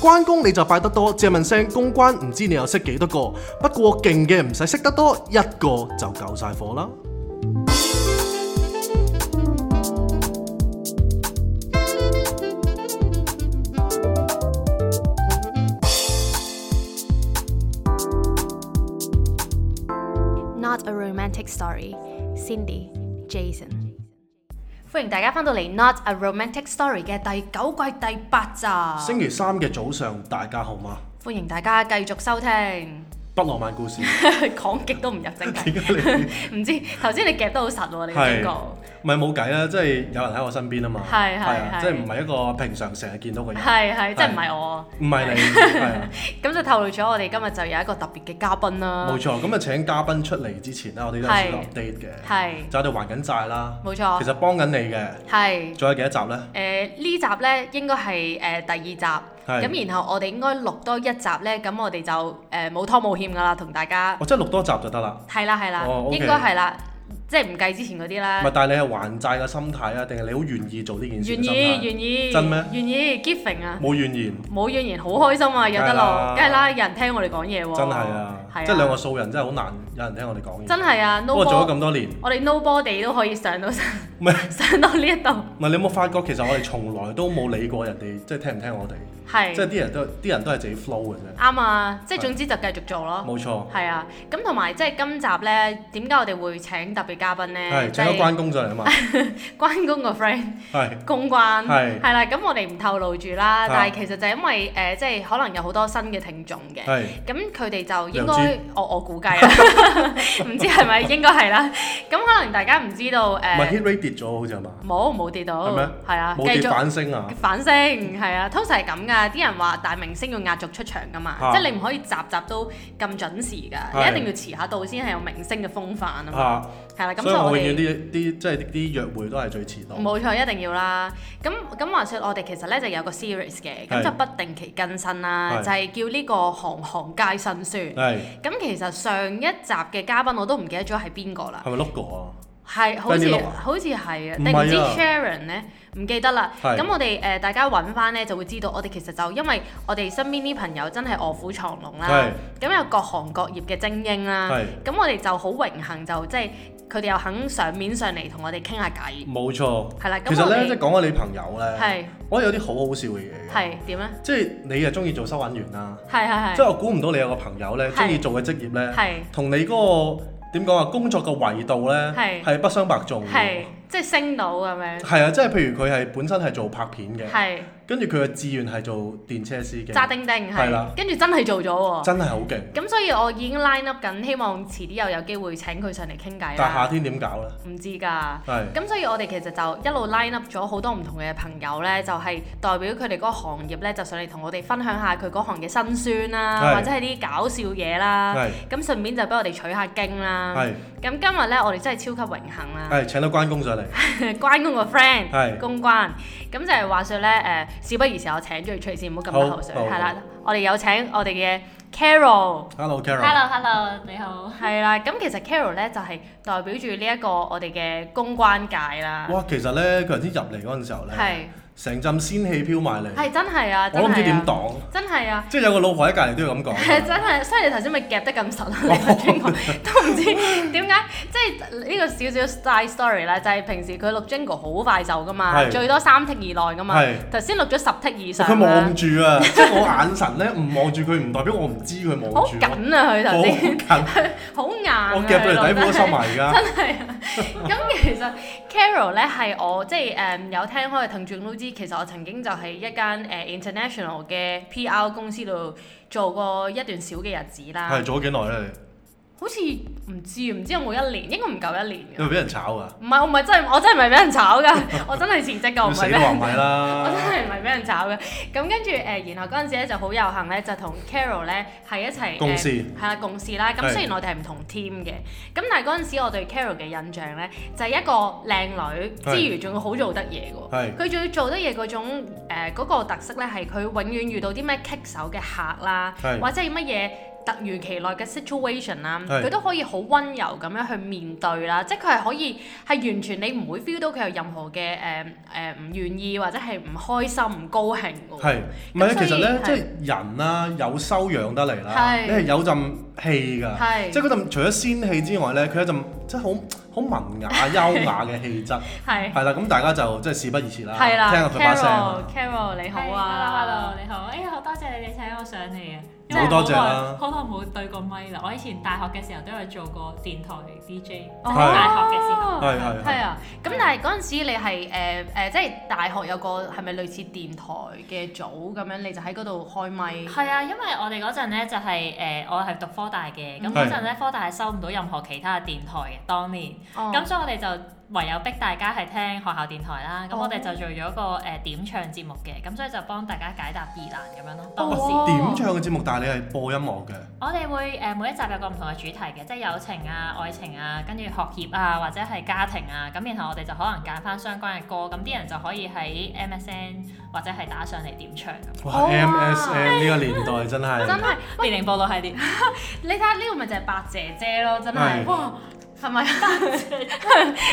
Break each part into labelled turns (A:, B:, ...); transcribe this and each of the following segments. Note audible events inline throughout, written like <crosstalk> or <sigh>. A: 關公你就拜得多，借問聲公關唔知你又識幾多個？不過勁嘅唔使識得多，一個就夠晒火啦。
B: Not a romantic story. Cindy, Jason。歡迎大家翻到嚟《Not a Romantic Story》嘅第九季第八集。
A: 星期三嘅早上，大家好嗎？
B: 歡迎大家繼續收 <laughs> 聽。
A: 不浪漫故事，
B: 講極都唔入正
A: <laughs>
B: 題
A: 點。解你
B: <laughs> 唔知頭先你夾得好實喎，你個警告。
A: 咪冇計啦？即係有人喺我身邊啊嘛，
B: 係係
A: 啊
B: 係
A: 即係唔係一個平常成日見到嘅人，
B: 係係，即係唔係我。
A: 唔係你，係啊。
B: <laughs> 咁就透露咗我哋今日就有一個特別嘅嘉賓啦。
A: 冇錯，咁啊請嘉賓出嚟之前咧，我哋都有少少
B: 係
A: update 嘅，
B: 係
A: 就我哋還緊債啦。
B: 冇錯
A: 其實幫緊你嘅，
B: 係。
A: 仲有幾多集呢？
B: 誒呃呢集呢應該係誒、第二集，咁然後我哋應該錄多一集呢，咁我哋就誒冇拖冇欠噶啦，同大家
A: 我即係錄多集就得啦。
B: 係啦係啦，
A: 哦哦，OK
B: 應該係啦，即係唔計之前嗰啲
A: 唔
B: 啦
A: 係，。但係你係還債嘅心態啊，定係你好願意做呢件事
B: 願
A: 嘅心
B: 意
A: 態？
B: 願意，
A: 真咩
B: 願意 giving 啊！
A: 冇怨言，
B: 冇怨言，好開心啊！有得落，
A: 梗
B: 梗
A: 係
B: 係
A: 啦
B: 啦，有人聽我哋講嘢喎。
A: 真係啊
B: 係！
A: 即係兩個素人真係好難有人聽我哋講嘢。
B: 真係啊
A: 不
B: ！No
A: 過做咗
B: body，
A: 咁多年，
B: 我哋 No body 都可以上到 <laughs> 上
A: 唔係
B: 到呢一度，
A: 唔係你有冇發覺其實我哋從來都冇理過人哋，即係聽唔聽我哋，即係
B: 係
A: 啲人都啲人都係自己 flow 嘅啫。
B: 啱啊！即係
A: 係
B: 總之就繼續做咯。
A: 冇錯，
B: 係啊，咁同埋即係今集咧，點解我哋會請特別嘉賓咧？
A: 係請
B: 就
A: 咗
B: 係
A: 關公上嚟啊
B: <laughs>
A: 嘛，
B: 關公個 friend <laughs>
A: 係
B: 公關
A: 係
B: 係啦，咁我哋唔透露住啦，
A: 啊
B: 但係其實就因為誒、呃即係可能有好多新嘅聽眾嘅。
A: 係
B: 咁佢哋就應
A: 又
B: 該
A: 知，
B: 我我估計啦，啊 <laughs> 唔知係咪應該係啦。咁可能大家唔知道
A: 唔係
B: 誒，
A: hit rate 跌咗好似係嘛？
B: 冇冇跌到
A: 係咩，
B: 係啊，
A: 冇
B: 繼
A: 跌
B: 續
A: 反升啊！
B: 反升，係啊，通常係咁噶。啲人話大明星要壓軸出場噶嘛，
A: 啊
B: 即係你唔可以集集都咁準時噶，
A: 係
B: 你一定要遲下到先係有明星嘅風範啊嘛。
A: 啊，
B: 係啦，咁
A: 所以
B: 所以
A: 我
B: 我
A: 永遠啲
B: 哋。
A: 啲即係啲約會都係最遲到。
B: 冇錯，一定要啦。咁咁話說，我哋其實咧就有個 series 嘅，
A: 係
B: 咁就不定期更新啦，
A: 係
B: 就係叫呢個行行皆辛酸。
A: 係
B: 咁其實上一集嘅嘉賓我都唔記得咗係邊個啦，
A: 係咪碌過啊？
B: 係好
A: 跟
B: 似
A: 住錄啊
B: 好似係啊，
A: 唔
B: 定
A: 係
B: 唔知
A: 啊
B: Sharon 呢？唔記得啦。
A: 係
B: 咁我哋誒、呃大家揾翻呢，就會知道，我哋其實就因為我哋身邊啲朋友真係卧虎藏龍啦，咁有各行各業嘅精英啦，
A: 係
B: 咁我哋就好榮幸就即係佢哋又肯上面上嚟同我哋傾下偈，
A: 冇錯。
B: 係啦。咁
A: 其實
B: 我
A: 咧，
B: 哋
A: 即係講下你朋友咧，
B: 係
A: 我有啲好好笑嘅嘢嘅。
B: 係點呢？
A: 即係你又中意做收銀員啦，
B: 係係
A: 即
B: 係
A: 係我估唔到你有個朋友咧，
B: 係
A: 中意做嘅職業咧，
B: 係
A: 同你嗰個點講啊工作嘅維度咧
B: 係
A: 係不相伯仲
B: 係
A: 嘅。
B: 即係升到咁樣，
A: 係啊，即係譬如佢係本身係做拍片嘅，
B: 係
A: 跟住佢嘅志願係做電車司機，
B: 揸叮叮
A: 係啦
B: 係，跟住真係做咗喎。
A: 真係好勁。
B: 咁所以我已經 line up 緊，希望遲啲又有機會請佢上嚟傾偈
A: 但夏
B: 啦。
A: 天點搞咧？
B: 唔知㗎。
A: 係
B: 咁所以我哋其實就一路 line up 咗好多唔同嘅朋友呢，就係、代表佢哋嗰個行業呢，就上嚟同我哋分享下佢嗰行嘅辛酸啦，
A: 係
B: 或者係啲搞笑嘢啦。
A: 係
B: 咁順便就俾我哋取下經啦。
A: 係
B: 咁今日呢，我哋真係超級榮幸啦，
A: 係請到關公上嚟。
B: <laughs> 關公個 friend。
A: 係
B: 公關，咁就係話說咧，誒、事不宜遲，我請咗佢出嚟先，唔好咁多
A: 好
B: 口水，
A: 好
B: 係啦，我哋有請我哋嘅 Carol，
A: ，Hello Carol。
C: Hello Hello，你好。
B: 係啦，咁其實 Carol 咧就係、代表住呢一個我哋嘅公關界啦，
A: 哇，其實咧，佢頭先入嚟嗰陣時候咧，
B: 係
A: 成陣仙氣飄埋嚟，
B: 係真係啊，
A: 我
B: 真
A: 都唔知
B: 係
A: 點
B: 啊，
A: 擋。
B: 真係啊。 <laughs>
A: 即係有個老婆喺隔離都要咁
B: 真
A: 講。
B: 係，所以你頭先咪夾得咁實啊！
A: <laughs>
B: 你頭先講都唔知點解，即係呢個少少 side story 啦，就係平時佢錄 jingle 好快就噶嘛，
A: 係
B: 最多三剔以內噶嘛
A: 係，
B: 頭先錄咗十剔以上
A: 佢
B: 啦
A: 望住啊，即係我眼神咧唔望住佢，唔代表我唔知佢
B: 好
A: 望住我。
B: 緊啊！佢頭先。
A: 好
B: <laughs>
A: 近，
B: 好硬啊！
A: 我夾到條底褲都收
B: 佢
A: 埋
B: 落
A: 而家。
B: 得係啊！咁其實 Carol 咧係我即係誒、有聽開嘅聽眾都知，其實我曾經就喺一間誒、international 嘅 PR 公司度做過一段小嘅日子啦
A: 係。做咗幾耐啊咧？
B: 好似唔知唔知有冇一年，應該唔夠一年
A: 你
B: 㗎。
A: 因為俾人炒啊㗎，
B: 唔係我唔係真係我真係唔係俾人
A: <laughs>
B: 炒㗎，我真係辭職㗎，我
A: 要
B: 唔
A: 死
B: 係俾
A: 都話唔
B: 人。
A: 係
B: <laughs> 我真
A: 啦。
B: 係唔係俾人炒嘅，咁跟住誒，然後嗰陣時咧就好有幸咧，就同 Carol 咧係一齊
A: 公
B: 誒
A: 司
B: 係啦，共事啦。咁
A: 係
B: 雖然我哋係唔同 team 嘅，咁但係嗰陣時我對 Carol 嘅印象呢，就係、一個靚女
A: 係
B: 之餘，仲要好做得嘢
A: 係
B: 嘅喎。佢仲要做得嘢嗰種誒嗰、個特色呢，係佢永遠遇到啲咩棘手嘅客啦
A: 係，
B: 或者係乜嘢突如其來嘅 situation 啦，
A: 係
B: 佢都可以好温柔咁樣去面對啦，即係佢係可以係完全你唔會 feel 到佢有任何嘅誒誒唔願意或者係唔開心、唔高興㗎喎。
A: 係，唔係咧？
B: 咁所以
A: 其實咧，
B: 係
A: 即係人啦，有修養得嚟啦，
B: 係
A: 你係有陣氣㗎，
B: 係
A: 即係嗰陣除咗仙氣之外咧，佢有陣即係好好文雅、
B: <laughs>
A: 優雅嘅氣質，
B: 係
A: 係啦。咁大家就即係事不宜遲啦，
B: 係啦
A: 啊聽下佢把聲啊啦。
B: ，Carol，Carol 你好
C: ，hello hello，
B: 啊
C: 你好，哎呀，好多謝你哋請我上嚟啊，
A: 好多謝啦
C: 好耐冇對過咪啦，我以前大學嘅時候都有做過電台 DJ，
B: 哦
C: 大學嘅時候，
A: 係係
B: 係
A: 係。
B: 啊，咁但係嗰陣時你係誒誒，即係大學有個係咪類似電台嘅組咁樣，你就喺嗰度開咪。
C: 係啊，因為我哋嗰陣咧就係、呃我係讀科大嘅，咁
B: 嗯
C: 嗰陣咧科大係收唔到任何其他嘅電台嘅當年，
B: 哦
C: 咁、所以我哋就唯有逼大家係聽學校電台啦，咁
B: 哦
C: 我哋就做咗個誒、呃、點唱節目嘅，咁所以就幫大家解答疑難咁樣咯，當時。
B: 哦
A: 點唱嘅節目，但係你係播音樂嘅，
C: 我哋會誒、呃每一集有個唔同嘅主題嘅，即係友情啊、愛情啊，跟住學業啊，或者係家庭啊。咁然後我哋就可能揀翻相關嘅歌，咁啲人就可以喺 MSN 或者係打上嚟點唱。
A: 哇
B: 哦
A: ！MSN 呢個年代真
B: 真
A: 係
B: 係，
C: 年齡暴露系列，
B: 你睇下呢個咪就係白姐姐咯，真
A: 係
B: 係，哇，係咪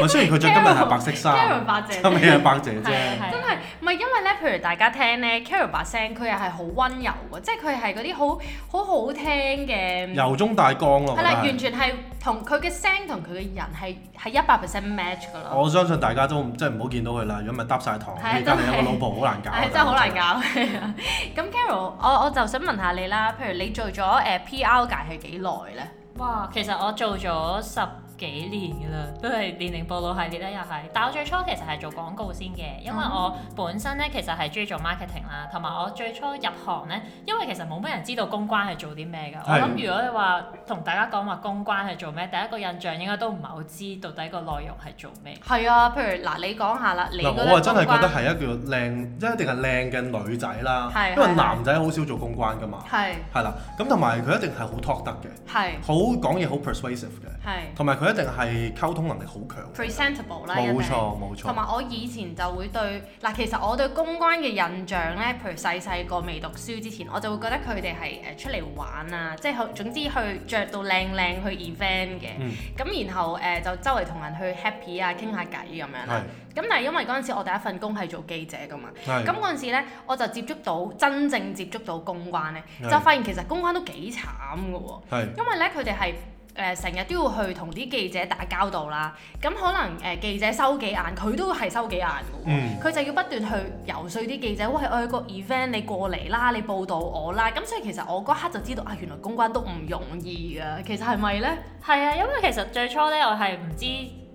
A: 喂，雖然佢着今日係白色
B: Carol
A: 衫，
B: 白
A: <laughs>
B: 姐
A: 今日
B: 姐？
A: 係白姐姐，
C: 係
B: 真係，唔係因為咧，譬如大家聽咧，Carol 把聲佢又係好温柔嘅，即係佢係嗰啲好好好聽嘅，
A: 由中大啊江咯，我
B: 係
A: 覺
B: 啦，
A: 得
B: 完
A: 係
B: 全係同佢嘅聲同佢嘅人係係一百 percent match 噶咯，
A: 我相信大家都唔即係唔好見到佢啦，如果咪搭晒堂，
B: 係
A: 而家你有個老婆好難搞，
B: 係真係好難。搞。 <laughs> 咁 Carol，我我就想問下你啦，譬如你做咗誒 PR 界係幾耐咧？
C: 哇！其實我做咗十幾年㗎啦，都係年齡暴露系列咧，又係。但我最初其實係做廣告先嘅，因為我本身咧其實係中意做 marketing 啦，同埋我最初入行咧，因為其實冇乜人知道公關係做啲咩㗎。我
A: 係
C: 諗如果你話同大家講話公關係做咩，第一個印象應該都唔係好知到底個內容係做咩。
B: 係啊，譬如嗱，你講下啦，你
A: 嗱，
B: 嗰
A: 我啊
B: 個
A: 真係覺得係一個靚，即係一定係靚嘅女仔啦
B: 係，
A: 因為
B: 係
A: 男仔好少做公關噶嘛，
B: 係
A: 係啦，咁同埋佢一定係好 talk 得嘅，
B: 係
A: 好講嘢好 persuasive 嘅，
B: 係。
A: 同埋佢一定係溝通能力好強嘅，
B: presentable 啦，一
A: 冇錯
B: 定。
A: 冇
B: 同
A: 錯，
B: 埋我以前就會對嗱，其實我對公關嘅印象咧，譬如細細個未讀書之前，我就會覺得佢哋係誒出嚟玩啊，即係去總之去着到靚靚去 event 嘅
A: 嗯，
B: 咁、然後誒、呃就周圍同人去 happy 啊，傾下偈咁樣
A: 係
B: 啦。咁但係因為嗰陣時我第一份工係做記者噶嘛，
A: 係
B: 咁嗰陣時咧我就接觸到真正接觸到公關咧，
A: 係
B: 就發現其實公關都幾慘噶喎。
A: 係
B: 因為咧佢哋係誒成日都要去同啲記者打交道啦，咁可能誒、呃、記者收幾眼，佢都係收幾眼嘅喎。
A: 嗯
B: 佢就要不斷去游說啲記者，喂，我有個 event，你過嚟啦，你報道我啦。咁所以其實我嗰刻就知道啊，原來公關都唔容易㗎。其實係咪呢？
C: 係啊，因為其實最初咧，我係唔知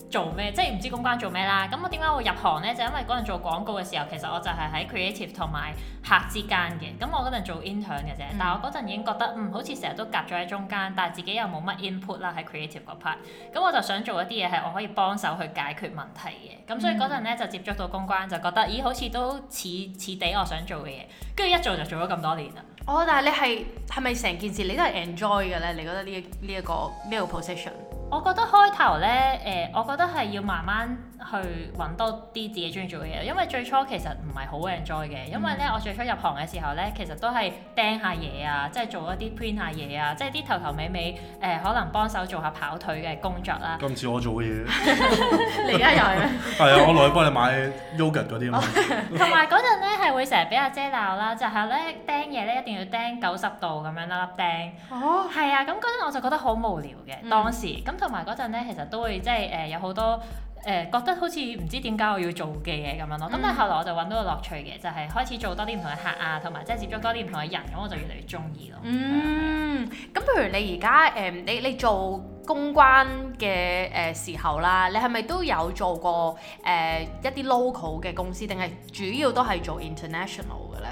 C: 做咩，即係唔知公關做咩啦。咁我點解會入行咧？就因為嗰陣做廣告嘅時候，其實我就係喺 creative 同埋客之間嘅。咁我嗰陣做 intern 嘅啫，
B: 嗯
C: 但係我嗰陣已經覺得嗯，好似成日都夾咗喺中間，但係自己又冇乜 input 啦喺 creative 嗰 part。咁我就想做一啲嘢係我可以幫手去解決問題嘅。咁所以嗰陣咧就接觸到公關，就覺得咦，好似都似似地我想做嘅嘢。跟住一做就做咗咁多年啦。
B: 哦，但係你係係咪成件事你都係 enjoy 嘅呢？你覺得呢一呢一個呢一個 position
C: 我覺得開頭呢，誒、我覺得係要慢慢去揾多啲自己中意做嘅嘢，因為最初其實唔係好 enjoy 嘅，因為呢，我最初入行嘅時候呢，其實都係釘下嘢啊，即係做一啲 print 下嘢啊，即係啲頭頭尾尾誒、可能幫手做下跑腿嘅工作
A: <laughs>
C: 啦。
A: 咁似我做嘅嘢，
B: <laughs> <laughs> 你而家又係
A: 係啊，我落去幫你買 yogurt 嗰啲啊嘛，
C: 同埋嗰陣咧係會成日俾阿姐鬧啦，就係咧釘嘢咧一定要釘九十度咁樣啦，粒釘。
B: 哦，
C: 係啊，咁嗰陣我就覺得好無聊嘅
B: 嗯
C: 當時，咁同埋嗰陣咧，其實都會即係誒有好多誒、覺得好似唔知點解我要做嘅嘢咁樣咯。咁、
B: 嗯
C: 但係後來我就揾到個樂趣嘅，就係、開始做多啲唔同嘅客啊，同埋即係接觸多啲唔同嘅人，咁我就越嚟越中意咯。
B: 嗯，咁譬如你而家誒，你你做公關嘅誒、呃、時候啦，你係咪都有做過誒、呃一啲 local 嘅公司，定係主要都係做 international 嘅咧？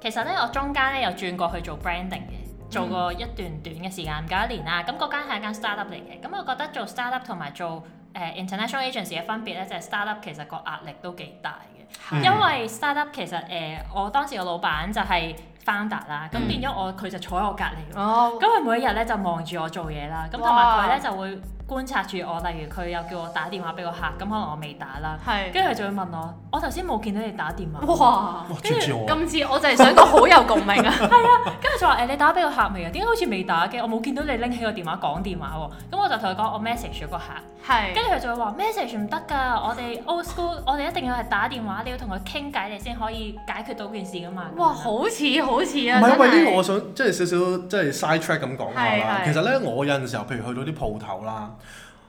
C: 其實咧，我中間咧有轉過去做 branding 嘅。做過一段短嘅時間，唔夠一年啦。咁嗰間係一間 startup 嚟嘅，咁我覺得做 startup 同埋做誒、international agency 嘅分別咧，就係、startup 其實個壓力都幾大嘅。
A: 嗯
C: 因為 startup 其實誒、呃我當時個老闆就係 founder 啦，咁
B: 嗯
C: 變咗我佢就坐喺我隔離喎。
B: 哦
C: 咁佢每一日咧就望住我做嘢啦，咁同埋佢咧就會觀察住我，例如佢又叫我打電話俾個客，咁可能我未打啦，
B: 係
C: 跟住佢就會問我：我頭先冇見到你打電話，
B: 哇！
A: 哇，接住我，
B: 今次我就係想講好有共鳴啊！
C: 跟住就話誒你打俾個客未啊？點解好似未打嘅？我冇見到你拎起個電話講電話喎，咁我就同佢講我 message 咗個客，
B: <laughs> 係
C: 跟住佢就會話 message 唔得㗎，我哋 old school，我哋一定要係打電話，你要同佢傾偈，你先可以解決到件事㗎嘛。
B: 哇，好似好似
A: 唔
B: 啊！
A: 係
B: 真
A: 喂，呢個
B: 係
A: 我想即係少少即係 side track 咁講下啦。
B: 係係
A: 其實咧，我有陣時候譬如去到啲鋪頭啦，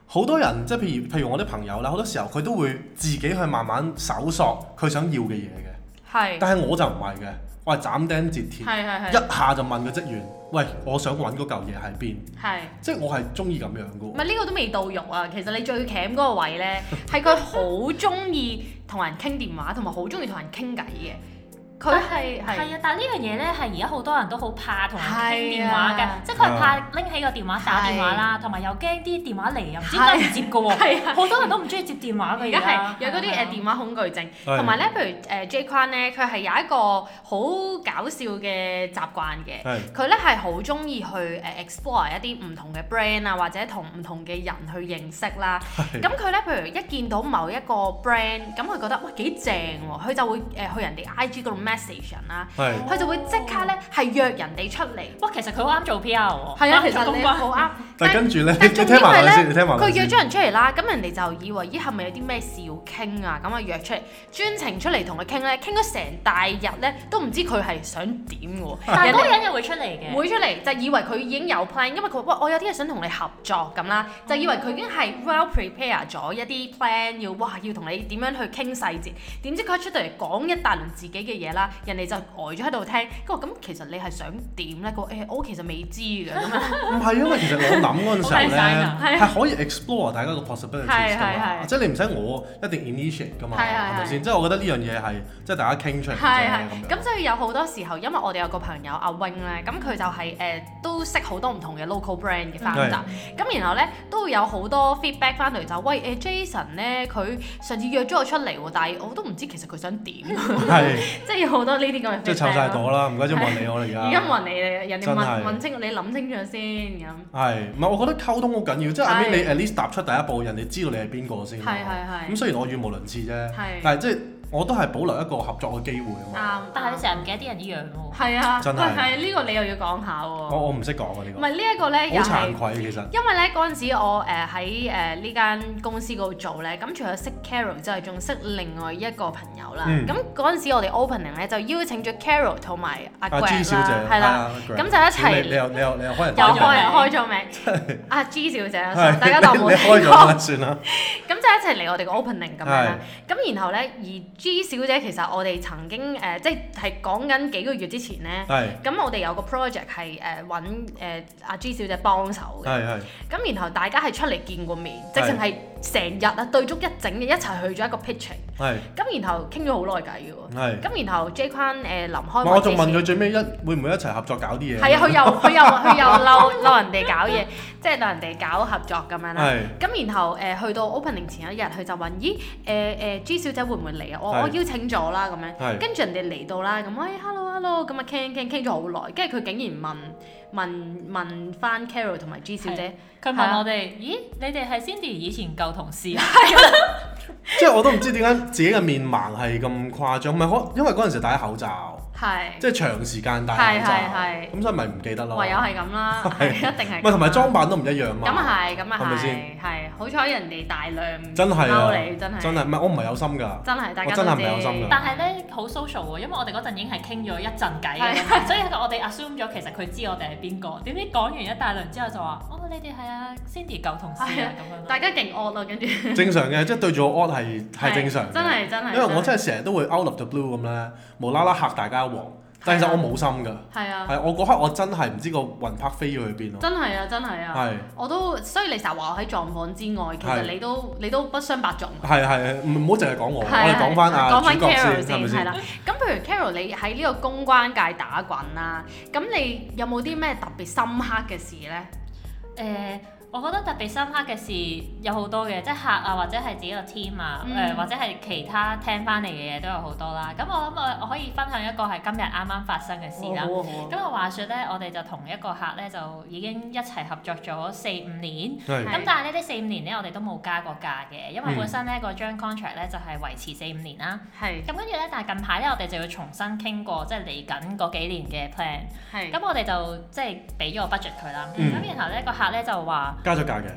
A: 好多人即係譬如譬如我啲朋友啦，好多時候佢都會自己去慢慢搜索佢想要嘅嘢嘅，
B: 係
A: 但係我就唔係嘅，我係斬釘截鐵，
B: 係係係
A: 一下就問個職員：喂，我想揾嗰嚿嘢喺邊？
B: 係。
A: 即係我係中意咁樣嘅
B: 唔
A: 喎。
B: 係呢個都未到肉啊！其實你最鉗嗰個位咧，係佢好中意同人傾電話，同埋好中意同人傾偈嘅。佢
C: 但係
B: 係
C: 係啊，但係呢樣嘢咧係而家好多人都好怕同人傾電話
B: 係
C: 嘅
B: 啊，
C: 即係佢係怕拎起個電話打電話啦，同埋又驚啲電話嚟又唔知點解唔接嘅喎，
B: 係
A: 哦
B: 啊！
C: 好多人都唔中意接電話嘅
B: 而
C: 而
B: 家
C: 家
B: 係有嗰
C: 啊
B: 啲呃誒電話恐懼症，
A: 係
B: 同埋咧，譬如誒 J Kwan 咧，佢係有一個好搞笑嘅習慣嘅。
A: 係
B: 佢咧係好中意去誒 explore 一啲唔同嘅 brand 啊，或者同唔同嘅人去認識啦。
A: 係
B: 咁佢咧，譬如一見到某一個 brand，咁佢覺得哇幾正喎，佢就會誒、呃去人哋 IG 嗰度 message 人啦，
A: 係。
B: 佢就會即刻咧係約人哋出嚟。
C: 哇，其實佢好啱做 PR 喎，
B: 係啊，其
C: 哦啱做
B: 實
C: 公
B: 你
C: 關
B: 好啱。
A: 但跟住咧，
B: 但
A: 你
B: 重
A: 聽
B: 點
A: 埋
B: 係
A: 佢先，你
B: 咧，
A: 聽埋
B: 佢
A: 佢
B: 約
A: 先。
B: 咗人出嚟啦，咁人哋就以為咦係咪有啲咩事要傾啊？咁啊約出嚟，專程出嚟同佢傾咧，傾咗成大日咧，都唔知佢係想點嘅喎。
C: <laughs> 但係
B: 人
C: 嗰個
B: 哋
C: 人又會出嚟嘅，
B: 會出嚟就以為佢已經有 plan，因為佢話喂我有啲嘢想同你合作咁啦，就以為佢已經係 well prepare 咗一啲 plan，要哇要同你點樣去傾細節。點知佢一出到嚟講一大輪自己嘅嘢啦，人哋就呆咗喺度聽。佢話咁其實你係想點咧？佢話誒我其實未知嘅咁樣。
A: 唔係因為其實我諗嗰陣時候
C: 好大曬
A: 咧，係可以 explore 大家個 possibilities
B: 啊係
A: 㗎
B: 係
A: 嘛，
B: 係
A: 即係你唔使我一定 initiate 㗎嘛，
B: 係係
A: 係咪
B: 係
A: 先？即係我覺得呢樣嘢係即係大家傾出嚟嘅
B: 係
A: 啫咁，
B: 係
A: 樣。
B: 咁所以有好多時候，因為我哋有個朋友阿 wing 咧，咁佢就係、誒、都識好多唔同嘅 local brand 嘅 founder，咁然後咧都會有好多 feedback 翻嚟就喂誒、Jason 咧，佢上次約咗我出嚟喎，但係我都唔知其實佢想
A: <laughs>
B: 點，即
A: 係
B: 係有好多呢啲咁嘅
A: 即係湊晒
B: feedback 咯。
A: 朵啦，唔該，即係問你我哋
B: 而
A: 而
B: 家
A: 家。
B: 問你，人哋
A: 真係
B: 問問清，你諗清楚先咁。
A: 係，唔係我覺得溝通好緊要，即係後
B: 係
A: 邊你 at least 踏出第一步，人哋知道你係邊個先。
B: 係係
A: 咁雖然我語無倫次啫
B: 係，
A: 但係即係我都係保留一個合作嘅機會啊
B: 係，
A: 嘛。
B: 啱。
C: 但係你
B: 啱
C: 成日唔記得啲人依樣喎。
B: 係啊，
A: 真係
B: 喂係呢個你又要講下喎。
A: 我我唔識講啊呢
B: 唔係呢一個咧，
A: 個，
B: 又
A: 好
B: 係
A: 慚愧啊其實。
B: 因為咧嗰陣時我誒喺誒呢間公司嗰度做咧，咁除咗識 Carol 之外，仲識另外一個朋友啦
A: 嗯。
B: 咁嗰陣時我哋 opening 咧就邀請咗 Carol 同埋阿
A: 阿
B: Greg
A: G 小姐
B: 啦，係啦，，
A: 係
B: 咁
A: 啊
B: 就一
A: ，Greg，你你
B: 齊
A: 又你又你又開人
B: 又
A: 打
C: 有
A: 人
B: 開開咗名，阿 G 小姐，
A: 係
B: 大家當
A: <laughs>
B: 冇
A: 你你開
B: 聽
A: 咗
B: 過。
A: 啦，算
B: <laughs>
A: 啦。
B: 咁就一齊嚟我哋個 opening 咁樣
A: 係
B: 啦。咁然後咧，而 G 小姐其實我哋曾經誒，即係係講緊幾個月之前咧，
A: 係
B: 咁我哋有個 project 係誒揾誒阿 G 小姐幫手嘅。
A: 係係
B: 咁然後大家係出嚟見過面，直
A: 係
B: 情係成日啊對足一整嘅，一齊去咗一個 pitching，
A: 係
B: 咁然後傾咗好耐偈嘅喎。
A: 係。
B: 咁然後 J 坤誒臨
A: 唔
B: 開
A: 係我仲問
B: 之前
A: 佢最尾一會唔會一齊合作搞啲嘢？
B: 係啊，佢又佢又佢又嬲 <laughs> 嬲人哋搞嘢，即係嬲人哋搞合作咁樣啦。
A: 係
B: 咁然後誒、去到 opening 前一日，佢就問：咦誒誒、G 小姐會唔會嚟啊？我
A: 係
B: 我邀請咗啦咁樣。
A: 係
B: 跟住人哋嚟到啦，咁喂 hello hello，咁啊傾傾傾咗好耐，跟住佢竟然問問問翻 Carol 同埋 G 小姐，
C: 佢
B: 係啊
C: 問我哋：咦，你哋係 Cindy 以前舊同事啊？ <laughs>
A: 即係我都唔知點解自己嘅面盲係咁誇張，唔係可因為嗰陣時戴口罩，
B: 係。
A: 即係長時間戴口罩，
B: 係係
A: 咁所以咪唔記得咯。
B: 唯有係咁啦，係一定係咁啦。
A: 唔係同埋裝扮都唔一樣
B: 咁
A: 嘛，
B: 啊係，咁
A: 係
B: 啊
A: 咪
B: 係，
A: 先
B: 係好彩人哋大量
A: 真係啊
B: 嬲你，真係
A: 真係唔係我唔係有心
B: <laughs>
A: 㗎，
B: 真係大家
A: 我
B: 都
A: 真
B: 知
A: 係唔係有心㗎
C: 但係咧好 social 喎，因為我哋嗰陣已經係傾咗一陣偈嘅啦， <laughs> 所以我哋 assume 咗其實佢知我哋係邊個。點知講完一大輪之後就話：哦，你哋係啊 Cindy 舊同事啊
B: 係啊
C: 咁樣咯。
B: 大家勁惡啦，跟住
A: 正常嘅，即係對住我 odd 係係正常嘅。
B: 真係真係，
A: 因為我真係成日都會 out of the blue 咁咧，無啦啦嚇大家一黃，但其實我冇心㗎，
B: 係啊，
A: 係我嗰刻我真係唔知個雲拍飛咗去邊咯，
B: 真係啊，真係啊，
A: 係。
B: 我都所以你成日話我喺狀況之外，其實
A: 係
B: 你都你都不相伯仲。
A: 係係，唔唔好淨係講我，我
B: 係啊
A: 哋講翻啊
B: 講
A: 主
B: 翻
A: 角
B: Carol
A: 先，係咪
B: 係
A: 先？
B: 啦。咁譬如 Carol，你喺呢個公關界打滾啦，咁你有冇啲咩特別深刻嘅事咧？
C: 誒，呃我覺得特別深刻嘅事有好多嘅，即係客啊，或者係自己個 team 啊，誒、
B: 嗯
C: 或者係其他聽翻嚟嘅嘢都有好多啦。咁我諗我我可以分享一個係今日啱啱發生嘅事啦。
B: 好啊好啊
C: 咁啊話說咧，我哋就同一個客咧就已經一齊合作咗四五年。
A: 係
C: 咁但係呢啲四五年咧，我哋都冇加過價嘅，因為
A: 嗯
C: 本身咧嗰張 contract 咧就係維持四五年啦。
B: 係
C: 咁跟住咧，但係近排咧，我哋就要重新傾過，即係嚟緊嗰幾年嘅 plan。
B: 係
C: 咁我哋就即係俾咗個 budget 佢啦。咁、
A: 嗯
C: 然後咧個客咧就話
A: 加咗價嘅，